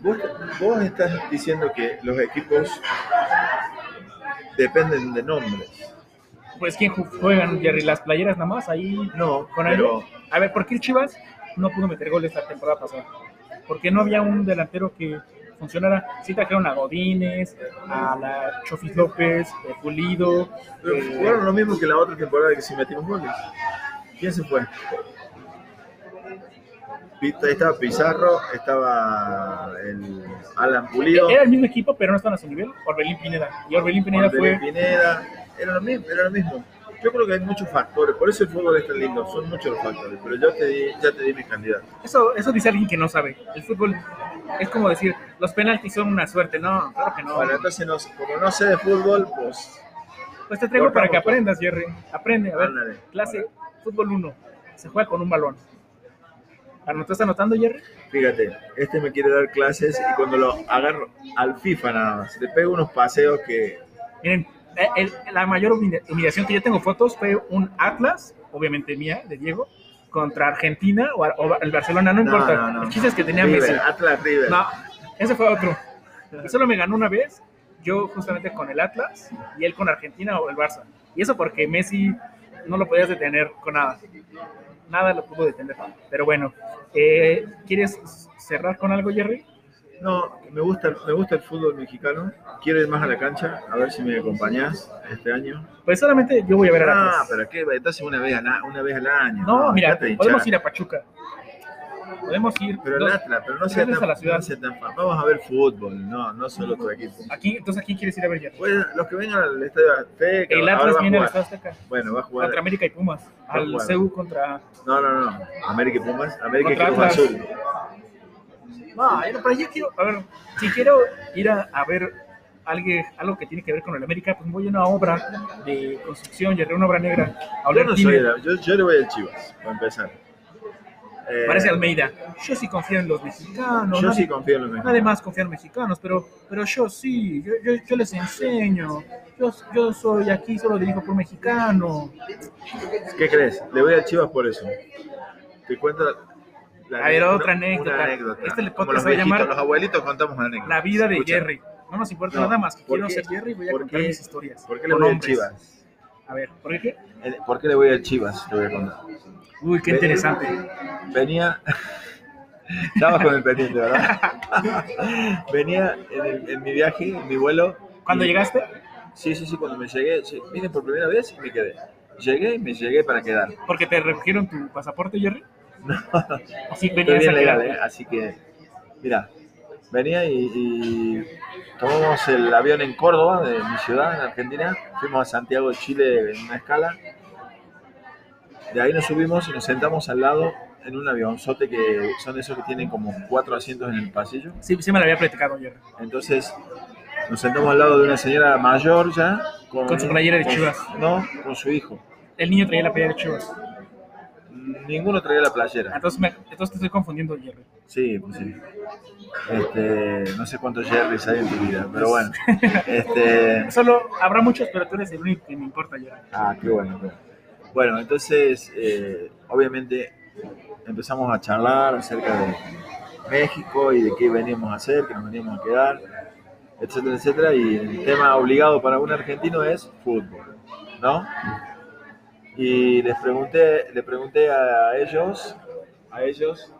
vos, vos estás diciendo que los equipos dependen de nombres. Pues ¿quién ju- juegan, Jerry? ¿Las playeras nada más? Ahí No, Con pero A ver, ¿por qué el Chivas no pudo meter goles la temporada pasada? Porque no había un delantero que funcionara. Sí trajeron a Godínez, a la Chofis López, eh, Pulido. pero eh, jugaron lo mismo que la otra temporada que si metimos goles. ¿Quién se fue? Pita- Estaba Pizarro, estaba el Alan Pulido, Era el mismo equipo, pero no estaban a su nivel. Orbelín Pineda. Y Orbelín Pineda Andrés fue... Pineda, era lo mismo, era lo mismo. Yo creo que hay muchos factores, por eso el fútbol es tan lindo, son muchos los factores, pero yo te di, ya te di mis candidatos. Eso, eso dice alguien que no sabe. El fútbol es como decir, los penaltis son una suerte. No, claro que no. Bueno, entonces no- como no sé de fútbol, pues Pues te traigo para que cortamos, aprendas, Jerry. Aprende, a ver. ándale. Clase, fútbol 1. Se juega con un balón. ¿Ano- ¿Estás anotando, Jerry? Fíjate, este me quiere dar clases y cuando lo agarro al FIFA nada más, le pego unos paseos que Miren, eh, el- la mayor humilla- humillación que yo tengo fotos fue un Atlas, obviamente mía, de Diego, contra Argentina o, Ar- o Ba- el Barcelona, no, No, importa. no, no. El chiste es que tenía River, Messi. Atlas River. No, ese fue otro. Y solo me ganó una vez, yo justamente con el Atlas y él con Argentina o el Barça. Y eso porque Messi no lo podías detener con nada. Nada lo pudo detener. Pero bueno, eh, ¿quieres cerrar con algo, Jerry? No, me gusta, me gusta el fútbol mexicano. Quiero ir más a la cancha, a ver si me acompañás este año. Pues solamente yo voy a ver al Atlas. Ah, pero qué, entonces una vez al, a- una vez al año. No, mira, dejate Ah, de podemos hinchar. ir a Pachuca. Podemos ir. Pero dos- el Atlas, pero no sea tres veces tan, a la ciudad. no sea tan fan. Vamos a ver fútbol, no, no solo tu equipo. aquí, entonces, ¿a quién quieres ir a ver ya? Bueno, los que vengan al Estadio Azteca, El ahora Atlas va a viene al jugar. Estadio Azteca Bueno, va a jugar. contra América y Pumas. a Al jugar. CEU contra. No, no, no. América y Pumas, América y Contra Cruz Atlas. Azul. No, yo no, pero yo quiero. A ver, si quiero ir a, a ver alguien, algo que tiene que ver con el América, pues voy a una obra de construcción, ya una obra negra. A Yo oler no soy tiner. de- yo, yo le voy al Chivas, para empezar. Eh, Parece Almeida. Yo sí confío en los mexicanos. Yo nadie- sí confío en los mexicanos. Nadie más confía en mexicanos, pero, pero yo sí, yo, yo, yo les enseño. Yo, yo soy aquí, solo dirijo por mexicano. ¿Qué crees? Le voy a Chivas por eso. Te cuento. la- A ver, una- otra anécdota. una anécdota. Este le- podcast Como los se va a viejitos, llamar Los abuelitos contamos anécdotas. La vida de Escucha, Jerry. No nos importa No, nada más. que ¿por Quiero qué? ser Jerry y voy a ¿Por contar qué? mis historias. ¿Por qué le con voy al hombres. Chivas? A ver, ¿por qué? Eh, ¿Por qué le voy al Chivas? Te voy a contar. Uy, qué Ve- interesante. Venía. Estabas con el pendiente, ¿verdad? Venía en, el- en mi viaje, en mi vuelo. ¿Cuándo y- llegaste? Sí, sí, sí, cuando me llegué. sí, Vine por primera vez y me quedé. Llegué y me llegué para quedar. ¿Porque te recogieron tu pasaporte, Jerry? No. Sí, Estoy venías bien a legal, quedarte. ¿eh? así que, mira, venía y, y tomamos el avión en Córdoba, de mi ciudad, en Argentina, fuimos a Santiago de Chile en una escala, de ahí nos subimos y nos sentamos al lado en un avionzote que son esos que tienen como cuatro asientos en el pasillo, Sí, sí me lo había platicado, Jerry. entonces nos sentamos al lado de una señora mayor ya, con, Con su playera de con- Chivas. No, con su hijo. El niño traía la playa de chivas. Ninguno traía la playera. Entonces, me- entonces te estoy confundiendo, Jerry. Sí, pues sí. Este, no sé cuántos Jerrys hay en tu vida, pero bueno. Este, Solo habrá muchos, pero tú eres el único que me importa, Jerry. ah, qué bueno. qué bueno. Bueno, entonces, eh, obviamente, empezamos a charlar acerca de México y de qué veníamos a hacer, que nos veníamos a quedar, etcétera, etcétera. Y el tema obligado para un argentino es fútbol, ¿no? Y les pregunté, le pregunté a ellos, a ellos,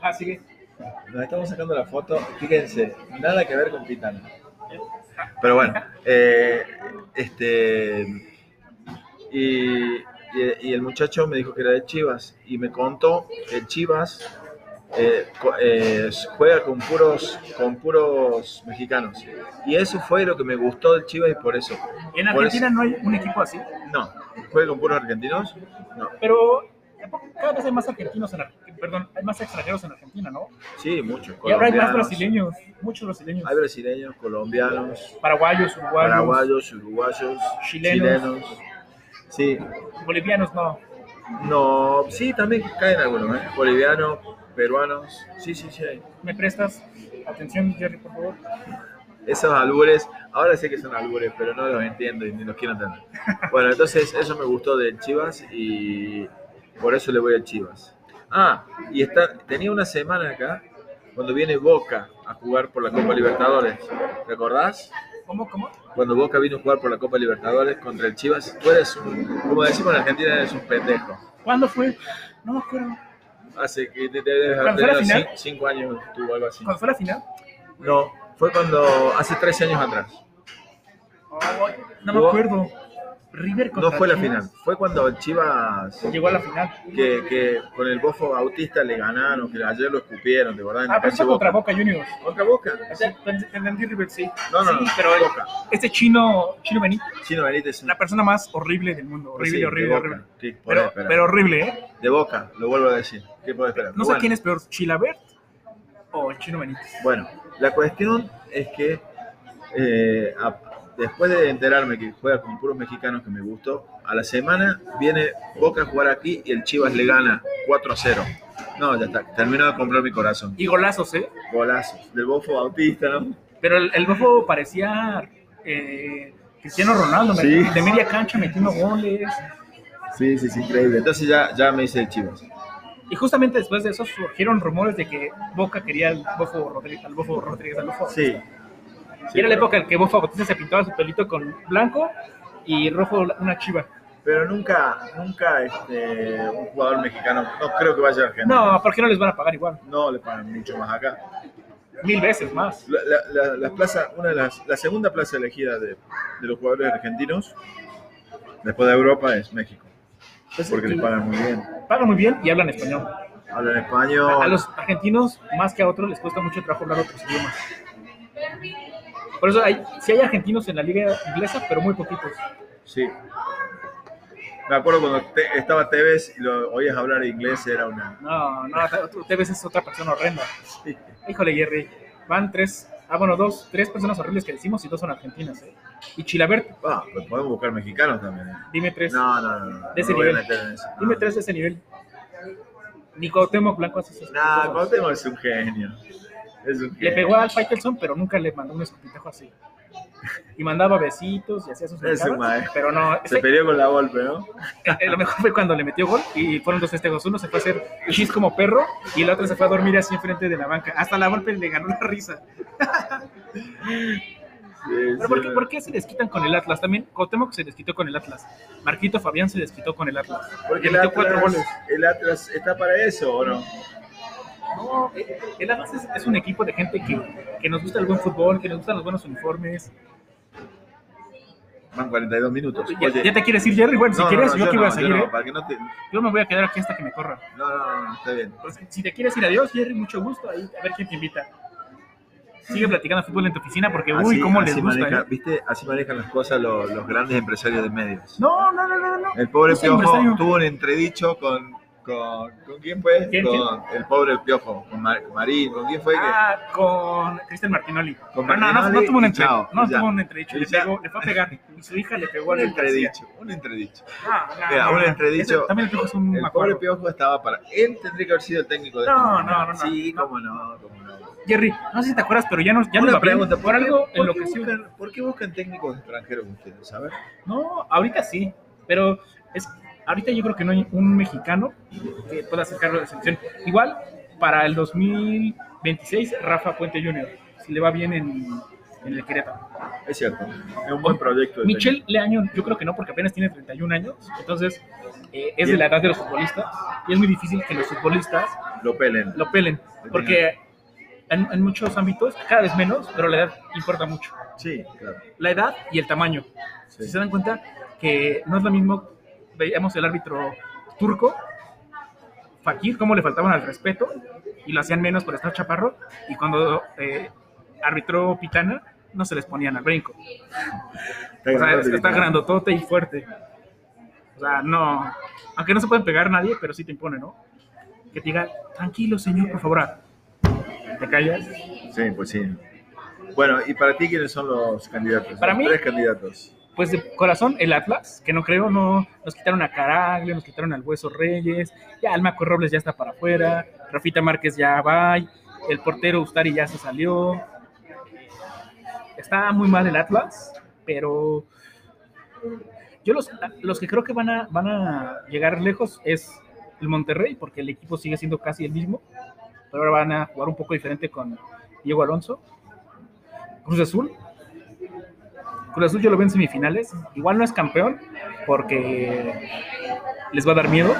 Ah, sigue. Nos estamos sacando la foto, fíjense, nada que ver con Pitana. Pero bueno, eh, este. Y, y- y el muchacho me dijo que era de Chivas y me contó que Chivas eh, co- eh, juega con puros, con puros mexicanos. Y eso fue lo que me gustó de Chivas y por eso. En Por Argentina no hay un equipo así, No, juega con puros argentinos. pero tampoco- cada vez hay más argentinos en Ar- Perdón, hay más extranjeros en Argentina, ¿no? Sí, muchos. Y ahora hay más colombianos. brasileños, muchos brasileños. Hay brasileños, colombianos, Paraguayos, uruguayos, paraguayos, uruguayos, Chilenos. chilenos. Sí, bolivianos, no. no, sí, también caen algunos, ¿eh? Bolivianos, peruanos, sí, sí, sí. hay. ¿Me prestas atención, Jerry, por favor? Esos albures, ahora sé que son albures, pero no los entiendo y ni los quiero entender. Bueno, entonces eso me gustó de Chivas y por eso le voy a Chivas. Ah, y está, tenía una semana acá cuando viene Boca a jugar por la Copa Libertadores. ¿Recordás? ¿Cómo, cómo? Cuando Boca vino a jugar por la Copa Libertadores contra el Chivas, tú eres un, como decimos en Argentina, eres un pendejo. ¿Cuándo fue? No me acuerdo. Hace que te, te debes ¿Cuál haber fue la tenido final? cin- cinco años tú o algo así. ¿Cuándo fue la final? No, fue cuando, hace 13 años atrás. Ay, no me Jugó- acuerdo. River contra No fue la Chivas. final, fue cuando el Chivas, Llegó a la final. que, que con el Bofo Bautista le ganaron, que ayer lo escupieron, de verdad. en Ah, la pero cancha fue contra de Boca Juniors. ¿Contra Boca? O sea, ent- entendí River, sí. No, no, Sí, no, pero el- Boca. Este chino, chino Benítez, Chino Benítez es un- la persona más horrible del mundo. Horrible, Pues sí, horrible, de Boca. horrible. Sí, por ahí, Pero, espera. pero horrible, ¿eh? De Boca, lo vuelvo a decir. ¿Qué puedo esperar? No sé quién es peor, Chilabert o el chino Benítez. Bueno, la cuestión es que eh, a- después de enterarme que juega con puros mexicanos que me gustó, a la semana viene Boca a jugar aquí y el Chivas le gana 4 a 0. No, ya está, termino de comprar mi corazón. Y golazos, ¿eh? Golazo del Bofo Bautista, ¿no? Pero el, el bofo parecía eh, Cristiano Ronaldo, me- Sí. de media cancha metiendo goles. Sí, sí, sí, increíble. Entonces ya, ya me hice el Chivas. Y justamente después de eso surgieron rumores de que Boca quería al bofo Rodríguez, al bofo Rodríguez, al bofo. Sí. y era la pero- época en que Bofo Bautista se pintaba su pelito con blanco y rojo una chiva. Pero nunca, nunca este, un jugador mexicano, no creo que vaya a Argentina. No, porque no les van a pagar igual. No le pagan mucho más acá. Mil veces más. La, la- la- la plaza, una de las, la segunda plaza elegida de, de los jugadores argentinos, después de Europa, es México. Porque les pagan muy bien. Pagan muy bien y hablan español. Hablan español. A, a los argentinos, más que a otros, les cuesta mucho trabajo hablar otros idiomas. Por eso hay, sí hay argentinos en la liga inglesa, pero muy poquitos. Sí. Me acuerdo cuando te- estaba Tevez y lo oías hablar inglés, era una. No, no, te- tú te ves es otra persona horrenda. Híjole, Jerry. Van tres, ah, bueno, dos, tres personas horribles que decimos y dos son argentinas, ¿eh? Y Chilabert, Ah, pues podemos buscar mexicanos también. ¿eh? dime tres. No, no, no. no, no De ese me voy a nivel. meter en eso. No, Dime no. tres de ese nivel. Ni Cuauhtémoc Blanco hace esas Nah, cosas. Cuauhtémoc es un genio. Es un Le genio. pegó al Faitelson, pero nunca le mandó un escupitajo así. Y mandaba besitos y hacía sus Es un macadas, maestro. Pero no, Se ese- peleó con la golpe, ¿no? eh, lo mejor fue cuando le metió gol y fueron dos festejos. Uno se fue a hacer chis como perro y el otro se fue a dormir así enfrente de la banca. Hasta la golpe le ganó la risa. Sí, ¿Pero sí. por qué, por qué se desquitan con el Atlas? También Cuauhtémoc se desquitó con el Atlas. Marquito Fabián se desquitó con el Atlas. Porque Le el metió Atlas, cuatro goles. el Atlas está para eso, ¿o no? No, eh, el Atlas es, es un equipo de gente que, que nos gusta el buen fútbol, que nos gustan los buenos uniformes. Van 42 minutos. Ya, Pues, Oye, ya te quieres ir, Jerry. Bueno, si no, no, quieres, no, yo aquí no, voy a seguir. no, ¿eh? para que no te- no, Yo me voy a quedar aquí hasta que me corran. no, no, está bien. Pues, si te quieres ir, adiós, Jerry, mucho gusto. Ahí, a ver quién te invita. Sigue platicando fútbol en tu oficina porque, uy, Así- cómo así les gusta. ah, maneja- ¿eh? ¿Viste? Así manejan las cosas lo- los, grandes empresarios de medios. No, no, no, no, no. El pobre ese Piojo empresario- tuvo un entredicho con... ¿Con, ¿con quién fue? ¿Quién, con quién? el pobre Piojo, con Mar- Marín, ¿con quién fue? que- Ah, con Cristian Martinoli. Con Pero no, no, no Martinoli tuvo un y entre, chao, no y ya. tuvo un entredicho. Y Le, ya. pegó, le fue a pegar y su hija le pegó un al García. entredicho, un entredicho. Ah, no, Mira, no, un no. entredicho. Ese También el Piojo es un El pobre macuarro. Piojo estaba para... Él tendría que haber sido el técnico de No, esta no, manera. no, no. Sí, No. cómo no, cómo no. Jerry, no sé si te acuerdas, pero ya no ya no Una va bien. pregunta, por qué- algo por qué en lo que sí. buscan, ¿Por qué buscan técnicos extranjeros ustedes, saben? No, ahorita sí, pero es ahorita yo creo que no hay un mexicano que pueda hacer cargo de la selección. Igual para el 2026 Rafa Puente Jr. si le va bien en, en el Querétaro. Es cierto, es un buen proyecto. de Michel Leaño, yo creo que no porque apenas tiene 31 años, entonces eh, es de Bien. la edad de los futbolistas y es muy difícil que los futbolistas técnico. Lo pelen. lo pelen porque en, en muchos ámbitos cada vez menos, pero la edad importa mucho. Sí, claro. La edad y el tamaño. sí. Si se dan cuenta que no es lo mismo, veíamos el árbitro turco, Fakir, cómo le faltaban al respeto y lo hacían menos por estar chaparro, y cuando eh, arbitró Pitana, no se les ponían al brinco. Está O sea, grande, está ¿no? grandotote y fuerte. O sea, no. Aunque no se pueden pegar a nadie, pero sí te impone, ¿no? Que te diga, tranquilo, señor, por favor. ah". Te callas. Sí, pues sí. Bueno, ¿y para ti quiénes son los candidatos? Para Los mí- Tres candidatos. pues de corazón el Atlas, que no creo, no, nos quitaron a Caraglio, nos quitaron al Hueso Reyes, ya el Maco Robles ya está para afuera, Rafita Márquez ya va, el portero Ustari ya se salió. Está muy mal el Atlas, pero yo los, los que creo que van a, van a llegar lejos es el Monterrey, porque el equipo sigue siendo casi el mismo, pero ahora van a jugar un poco diferente con Diego Alonso, Cruz Azul, Cruz Azul yo lo veo en semifinales. Igual no es campeón porque les va a dar miedo.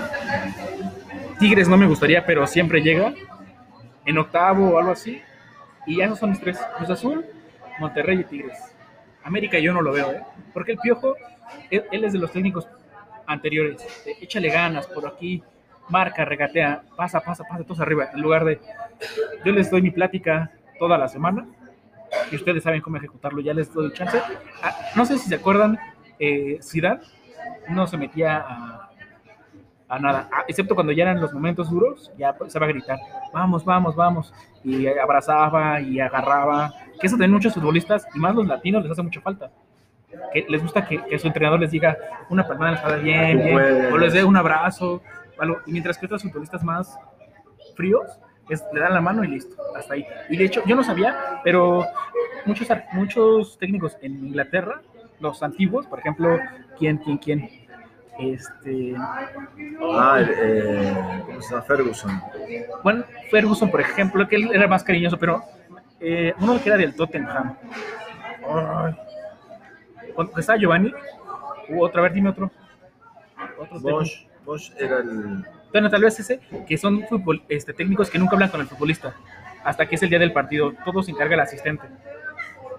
Tigres no me gustaría, pero siempre llega. En octavo o algo así. Y ya esos son los tres. Cruz Azul, Monterrey y Tigres. América yo no lo veo, ¿eh? Porque el Piojo, él, él es de los técnicos anteriores. de, échale ganas por aquí, marca, regatea, pasa, pasa, pasa, todos arriba. En lugar de, yo les doy mi plática toda la semana y ustedes saben cómo ejecutarlo, ya les doy el chance. Ah, no sé si se acuerdan, eh, Zidane no se metía a, a nada, ah, excepto cuando ya eran los momentos duros, ya empezaba a gritar, vamos, vamos, vamos, y abrazaba y agarraba, que eso de muchos futbolistas, y más los latinos, les hace mucha falta. Que les gusta que, que su entrenador les diga una palmada les espalda, bien, Tú bien, puedes. o les dé un abrazo, o algo. Y mientras que otros futbolistas más fríos es- le dan la mano y listo, hasta ahí. Y de hecho, yo no sabía, pero muchos, ar- muchos técnicos en Inglaterra, los antiguos, por ejemplo, ¿quién, quién, quién? Este, Ah, el, eh, ¿cómo se llama? Ferguson. bueno, Ferguson, por ejemplo, que él era más cariñoso, pero eh, uno que era del Tottenham, Ay, cuando estaba Giovanni, u otra, a ver, dime otro. otro técnico. Bosch, Bosch era el. Bueno, tal vez ese, que son futbol- este, técnicos que nunca hablan con el futbolista, hasta que es el día del partido, todo se encarga el asistente.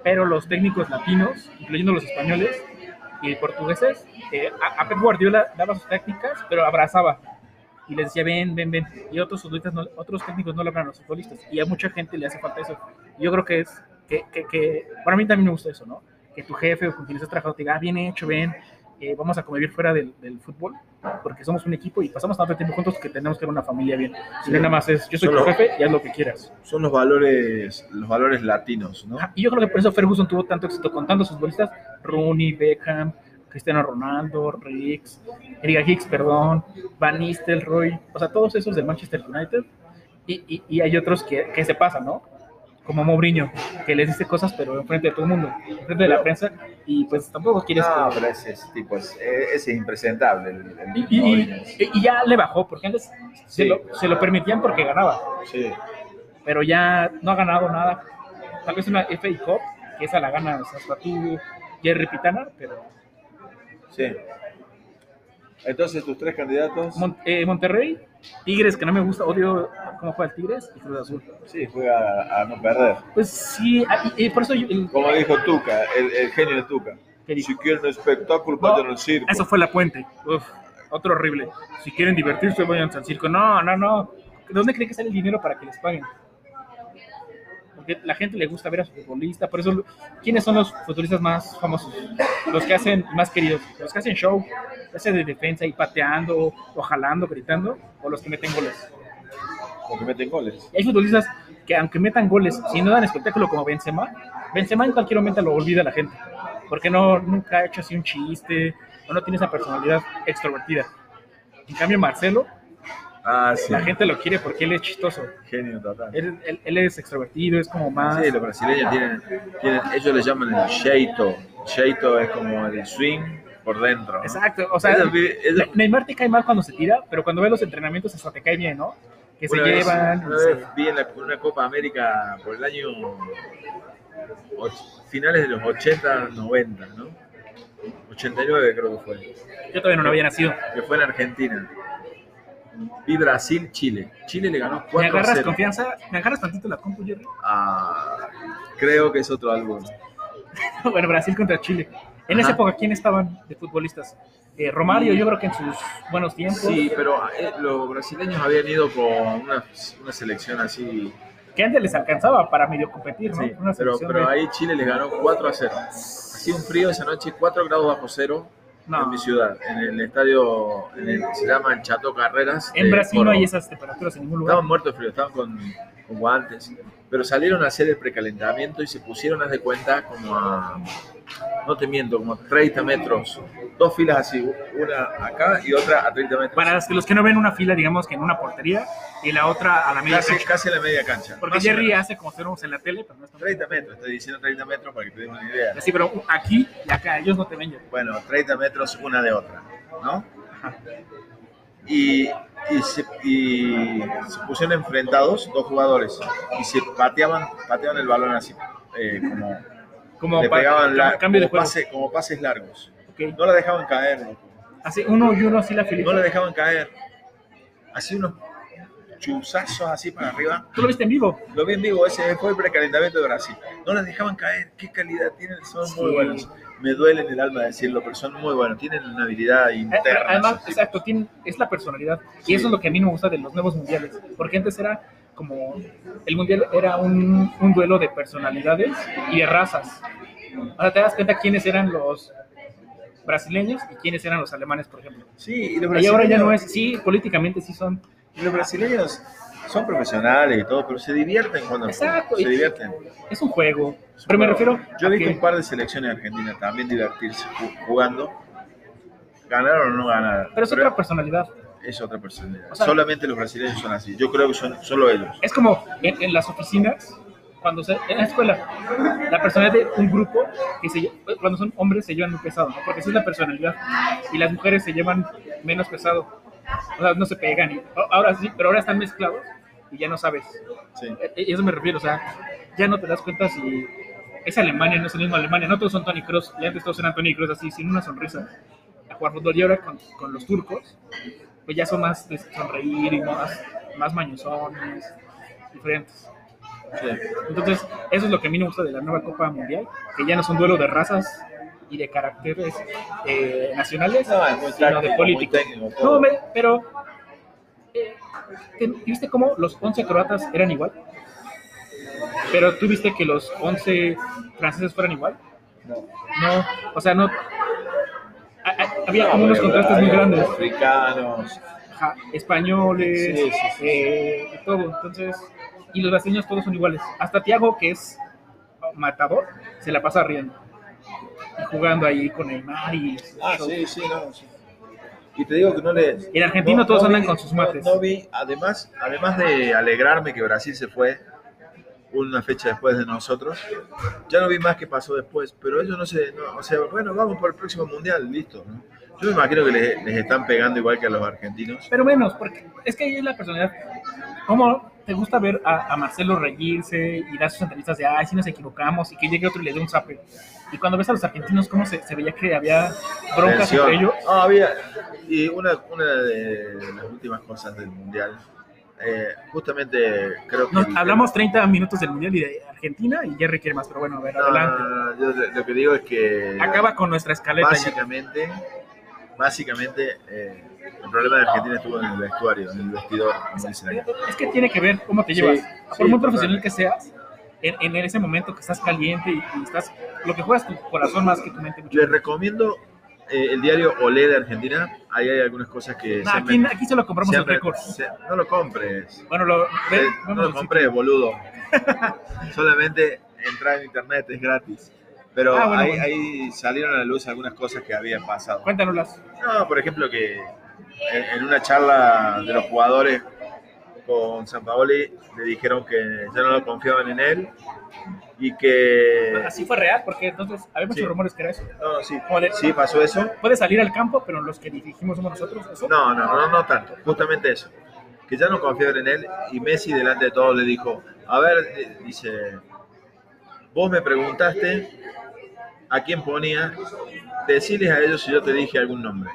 Pero los técnicos latinos, incluyendo los españoles y portugueses, eh, a, a Pep Guardiola daba sus tácticas, pero abrazaba y les decía, ven, ven, ven. Y otros, futbolistas no- otros técnicos no le hablan a los futbolistas. Y a mucha gente le hace falta eso. Yo creo que es, que, que, que- para mí también me gusta eso, ¿no? Que tu jefe o con quien estás trabajando te diga, "Ah, bien hecho, ven, eh, vamos a convivir fuera del, del fútbol porque somos un equipo y pasamos tanto tiempo juntos que tenemos que ser una familia bien. Y Sí. no nada más es, yo soy tu Solo- jefe y haz lo que quieras. Son los valores, los valores latinos, ¿no? Ajá, Y yo creo que por eso Ferguson tuvo tanto éxito con tantos futbolistas, Rooney, Beckham, Cristiano Ronaldo, Riggs, Erika Hicks, perdón, Van Nistelrooy, o sea, todos esos del Manchester United. Y, y- y hay otros que, que se pasan, ¿no? Como Mourinho, que les dice cosas, pero enfrente de todo el mundo, enfrente de la prensa, y pues tampoco quieres No, que- pero ese es, tipo, es- e- ese es impresentable. El, el Y, y- Mourinho. y- y ya le bajó, porque antes se, Sí. lo, se lo permitían porque ganaba, Sí. pero ya no ha ganado nada. Tal vez una FA Cup, que esa la gana hasta tú, Jerry Pitana, pero Sí. Entonces, tus tres candidatos. Mon- eh, Monterrey, Tigres, que no me gusta, odio cómo juega el Tigres y Cruz Azul. Sí, juega a, a no perder. Pues sí, ah, y- y por eso yo. el- Como dijo Tuca, el, el genio de Tuca. que digo, Si quieren espectáculo, No, vayan al circo. eso fue la puente. Uf, otro horrible. Si quieren divertirse, vayan al circo. No, no, no. ¿De dónde creen que sale el dinero para que les paguen? Porque la gente le gusta ver a su futbolista. Por eso, ¿quiénes son los futbolistas más famosos? Los que hacen más queridos. Los que hacen show, hacen de defensa y pateando, o jalando, gritando, o los que meten goles. Porque meten goles. Y hay futbolistas que aunque metan goles, si no dan espectáculo como Benzema, Benzema en cualquier momento lo olvida la gente, porque no nunca ha hecho así un chiste o no tiene esa personalidad extrovertida. En cambio Marcelo, Ah, sí. la gente lo quiere porque él es chistoso, Genio total. él, él- él es extrovertido, es como más... Sí, los brasileños tienen, tienen- ellos le llaman el jeito. Jeito es como el swing por dentro. ¿no? Exacto, o sea, Ellos vi- ellos- Ne- Neymar te cae mal cuando se tira, pero cuando ve los entrenamientos hasta te cae bien, ¿no? Que se una vez- llevan... una se- vez vi en la, una Copa América por el año och- finales de los 80, 90, ¿no? 89 creo que fue. Yo todavía no lo había nacido. que fue en Argentina. Vi Brasil-Chile. Chile le ganó 4 ¿Me agarras confianza? ¿Me agarras tantito la compu, Jerry? Ah, creo que es otro álbum. Bueno, Brasil contra Chile. En esa Ajá. época, ¿quién estaban de futbolistas? Eh, Romario, yo creo que en sus buenos tiempos. Sí, pero eh, los brasileños habían ido con una, una selección así. Que antes les alcanzaba para medio competir, ¿no? Sí, pero, Una selección pero de- ahí Chile le ganó 4 a 0. Hacía un frío esa noche, 4 grados bajo cero No. en mi ciudad, en el estadio, en el- se llama el Chato Carreras. En de Brasil no Córdoba. hay esas temperaturas en ningún lugar. Estaban muertos de frío, estaban con, con guantes. Pero salieron a hacer el precalentamiento y se pusieron, haz de cuenta, como a, no te miento, como a 30 metros. Dos filas así, una acá y otra a 30 metros. Para los que- los que no ven una fila, digamos que en una portería y la otra a la media casi, cancha. casi a la media cancha. Porque Más o Jerry menos. hace como si fuéramos en la tele, pero no estamos. 30 metros, estoy diciendo 30 metros para que te den una idea. Así, pero aquí y acá, ellos no te ven Jerry. Bueno, 30 metros una de otra, ¿no? Ajá. y, y se, y se pusieron enfrentados dos jugadores y se pateaban, pateaban el balón así, eh, como Como le para- pegaban la- cam- cambio de como, juego. pase- como pases largos. Ok. No la dejaban caer, loco. Así, uno y uno así la No filipina. la dejaban caer. Así unos chuzazos así para arriba. ¿Tú lo viste en vivo? Lo vi en vivo, ese fue el precalentamiento de Brasil. No las dejaban caer, qué calidad tienen, son muy Sí. buenos. Me duele en el alma decirlo, pero son muy buenos, tienen una habilidad Eh, interna. Además, esos tipos. exacto, tiene- es la personalidad. Sí. Y eso es lo que a mí no me gusta de los nuevos mundiales. Porque antes era como. El mundial era un, un duelo de personalidades y de razas. O sea, te das cuenta quiénes eran los brasileños y quiénes eran los alemanes, por ejemplo. sí, y los Y ahora ya no brasileños- es. Sí, políticamente sí son. y los brasileños son profesionales y todo, pero se divierten cuando Exacto, se y- divierten. Es un juego. Pero me refiero. Yo a he visto que- un par de selecciones argentinas también divertirse ju- jugando. Ganaron o no ganaron. Pero es otra personalidad. es otra personalidad. O sea- Solamente los brasileños son así. Yo creo que son solo ellos. Es como en, en las oficinas, cuando se, en la escuela, la personalidad de un grupo, que se, lle- cuando son hombres se llevan muy pesado, ¿no? porque esa es la personalidad, y las mujeres se llevan menos pesado, o sea, no se pegan, y- a- ahora sí, pero ahora están mezclados y ya no sabes, Sí. E- e- eso me refiero, o sea, ya no te das cuenta si es Alemania, no es el mismo Alemania, no todos son Tony Cross, y antes todos eran Tony Cross así, sin una sonrisa, a jugar fútbol, y ahora con, con los turcos, pues ya son más de sonreír y más, más mañosones, diferentes. sí. Entonces, eso es lo que a mí me gusta de la nueva Copa Mundial, que ya no es un duelo de razas y de caracteres eh, nacionales, No, es muy sino táctico, de política. muy técnico, todo. No, me- pero, eh, ¿te- ¿viste cómo los 11 croatas eran igual? Pero tú viste que los 11 franceses fueran igual? No. No, o sea, no. a- a- había como unos Había contrastes muy grandes. Africanos. Ajá, españoles, Sí, sí, sí. eh, y todo. Entonces, y los brasileños todos son iguales. Hasta Tiago, que es matador, se la pasa riendo. Y jugando ahí con Neymar y... Ah, sí, sí, no. sí. Y te digo que no le. Y en Argentina no- todos no andan vi- con sus no- mates. No, vi, además, además de alegrarme que Brasil se fue una fecha después de nosotros, ya no vi más que pasó después, pero ellos no se. no, o sea, bueno, vamos por el próximo mundial, listo. ¿no? Yo me imagino que les, les están pegando igual que a los argentinos. Pero menos, porque es que ahí es la personalidad. ¿Cómo te gusta ver a, a Marcelo reírse y dar sus entrevistas de, ay, si nos equivocamos, y que llegue otro y le dé un zape? Y cuando ves a los argentinos, cómo se, se veía que había broncas Tensión. entre ellos. Ah, había. Y una, una de las últimas cosas del mundial. eh, justamente creo que. Nos- el- hablamos 30 minutos del Mundial y de Argentina y ya requiere más, pero bueno, a ver, No, adelante. no, no, Ah, yo lo lo que digo es que Acaba con nuestra escaleta. ya. básicamente, básicamente eh, el problema de Argentina estuvo en el vestuario, en el vestidor, como dicen acá. Es que tiene que ver cómo te Sí, llevas. sí, Por muy total. profesional que seas, en, en ese momento que estás caliente y, y estás. Lo que juegas tu corazón más que tu mente. mucho. Les recomiendo eh, el diario Olé de Argentina. Ahí hay algunas cosas que Nah, se han aquí, ven- aquí se lo compramos se el han ven- récord. se- no lo compres. Bueno, lo, ve- Eh, vamos no al lo sitio. compres, boludo. Solamente entrar en internet es gratis. Pero Ah, bueno, ahí, bueno. ahí salieron a la luz algunas cosas que habían pasado. Cuéntanoslas. No, por ejemplo, que en, en una charla de los jugadores con San Paoli le dijeron que ya no lo confiaban en él y que. Así fue real, porque entonces había muchos Sí. rumores que era eso. No, no, sí, Como de- sí, pasó eso. Puede salir al campo, pero los que dirigimos somos nosotros. ¿eso? No, no, no, no tanto, justamente eso. Que ya no confiaban en él y Messi, delante de todos, le dijo: A ver, eh, dice, vos me preguntaste a quién ponía, deciles a ellos si yo te dije algún nombre.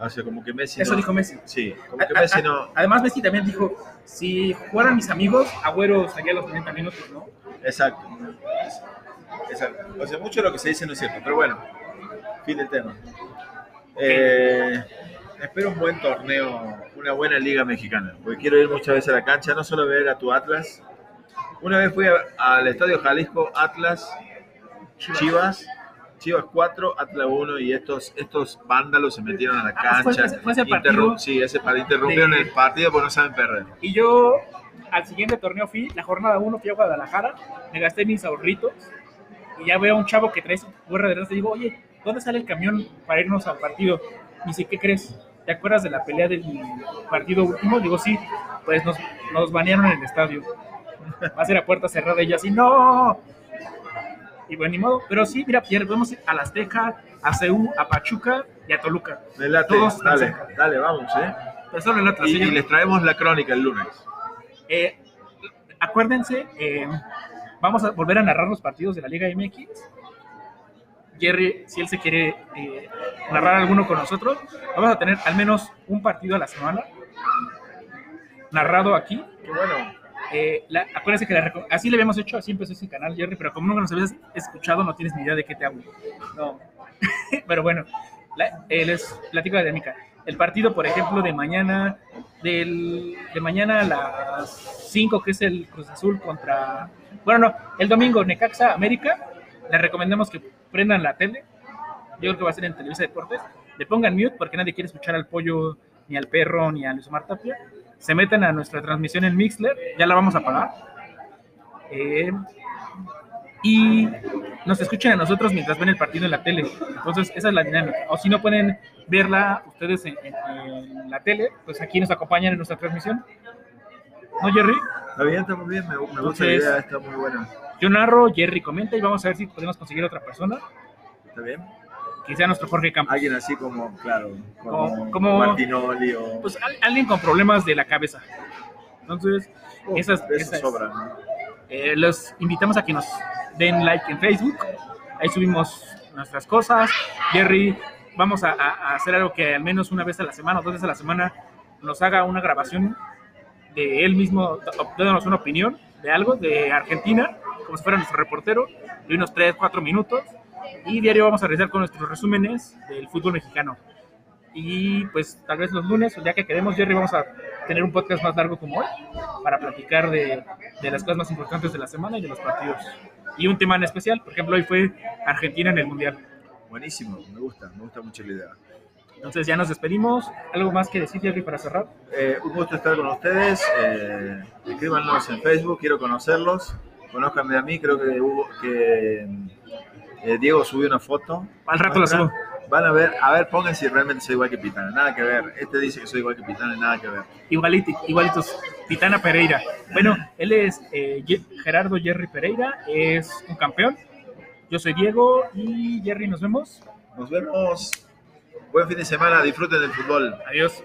O sea, como que Messi. eso no- dijo Ah, Messi. Sí, como que Messi no. Además, Messi también dijo: si jugaran mis amigos, Agüero estaría a los 90 minutos, ¿no? Exacto. Exacto. O sea, mucho de lo que se dice no es cierto, pero bueno, fin del tema. Eh, espero un buen torneo, una buena liga mexicana, porque quiero ir muchas veces a la cancha, no solo ver a tu Atlas. Una vez fui a- al Estadio Jalisco, Atlas, Chivas, Chivas 4, Atlas 1, y estos, estos vándalos se metieron a la Ah, fue- cancha. fue ese partido interrum- sí, ese par- interrumpieron de- el partido porque no saben perder. Y yo al siguiente torneo fui, la jornada 1 fui a Guadalajara, me gasté mis ahorritos y ya veo a un chavo que trae su gorra de raza y digo, oye, ¿dónde sale el camión para irnos al partido? Y dice, ¿qué crees? ¿Te acuerdas de la pelea del partido último? Digo, sí, pues nos, nos banearon en el estadio. Va a ser a puerta cerrada y yo así, ¡no! Y bueno, ni modo. Pero sí, mira, Pierre, vamos a la Azteca, a Ceú, a Pachuca y a Toluca. Me late, Todos están dale, cerca. dale, vamos, eh. Pero solo en Atlas, Y, ellos- y les traemos la crónica el lunes. Eh, acuérdense, eh, vamos a volver a narrar los partidos de la Liga MX quiere, si él se quiere eh, narrar alguno con nosotros, vamos a tener al menos un partido a la semana narrado aquí. Qué bueno. Eh, la- acuérdense que la reco- así le habíamos hecho, así empezó ese canal, Jerry, pero como nunca nos habías escuchado, no tienes ni idea de qué te hablo. No. Pero bueno, la- eh, les platico la dinámica. El partido, por ejemplo, de mañana, del, de mañana a las 5, que es el Cruz Azul contra... Bueno, no, el domingo, Necaxa, América. Les recomendamos que prendan la tele. Yo creo que va a ser en Televisa Deportes. Le pongan mute porque nadie quiere escuchar al pollo, ni al perro, ni a Luis Omar Tapia. Se metan a nuestra transmisión en Mixler. Ya la vamos a pagar. Eh, y nos escuchen a nosotros mientras ven el partido en la tele. Entonces, esa es la dinámica. O si no pueden verla ustedes en, en- en la tele, pues aquí nos acompañan en nuestra transmisión. ¿No, Jerry? Está bien, está muy bien. Me, me gusta la Entonces- idea, está muy buena. Yo narro, Jerry comenta y vamos a ver si podemos conseguir otra persona ¿Está bien? que sea nuestro Jorge Campos. Alguien así como, claro, Como- como, como- Martinoli o. Pues al- alguien con problemas de la cabeza. Entonces, Oh, esas- de esos esas- sobran, ¿no? Eh, los invitamos a que nos den like en Facebook. Ahí subimos nuestras cosas. Jerry, vamos a, a- a hacer algo que al menos una vez a la semana o dos veces a la semana nos haga una grabación de él mismo, d- dándonos una opinión de algo de Argentina, como si fuera nuestro reportero, de unos 3, 4 minutos. Y diario vamos a regresar con nuestros resúmenes del fútbol mexicano. Y pues tal vez los lunes, o ya que queremos, Jerry, vamos a tener un podcast más largo como hoy para platicar de, de las cosas más importantes de la semana y de los partidos. Y un tema en especial, por ejemplo, hoy fue Argentina en el Mundial. Buenísimo, me gusta, me gusta mucho la idea. Entonces ya nos despedimos. ¿Algo más que decir, Jerry, para cerrar? Eh, un gusto estar con ustedes. eh, escríbanos en Facebook, quiero conocerlos. Conozcanme a mí, creo que, hubo- que eh, Diego subió una foto. Al rato lo subo. Van a ver, a ver, pongan si realmente soy igual que Pitana. Nada que ver. Este dice que soy igual que Pitana, nada que ver. Igualiti- igualitos. Titana Pereira. Bueno, él es eh, Ye- Gerardo Jerry Pereira, es un campeón. Yo soy Diego y Jerry, nos vemos. Nos vemos. Buen fin de semana, disfruten del fútbol. Adiós.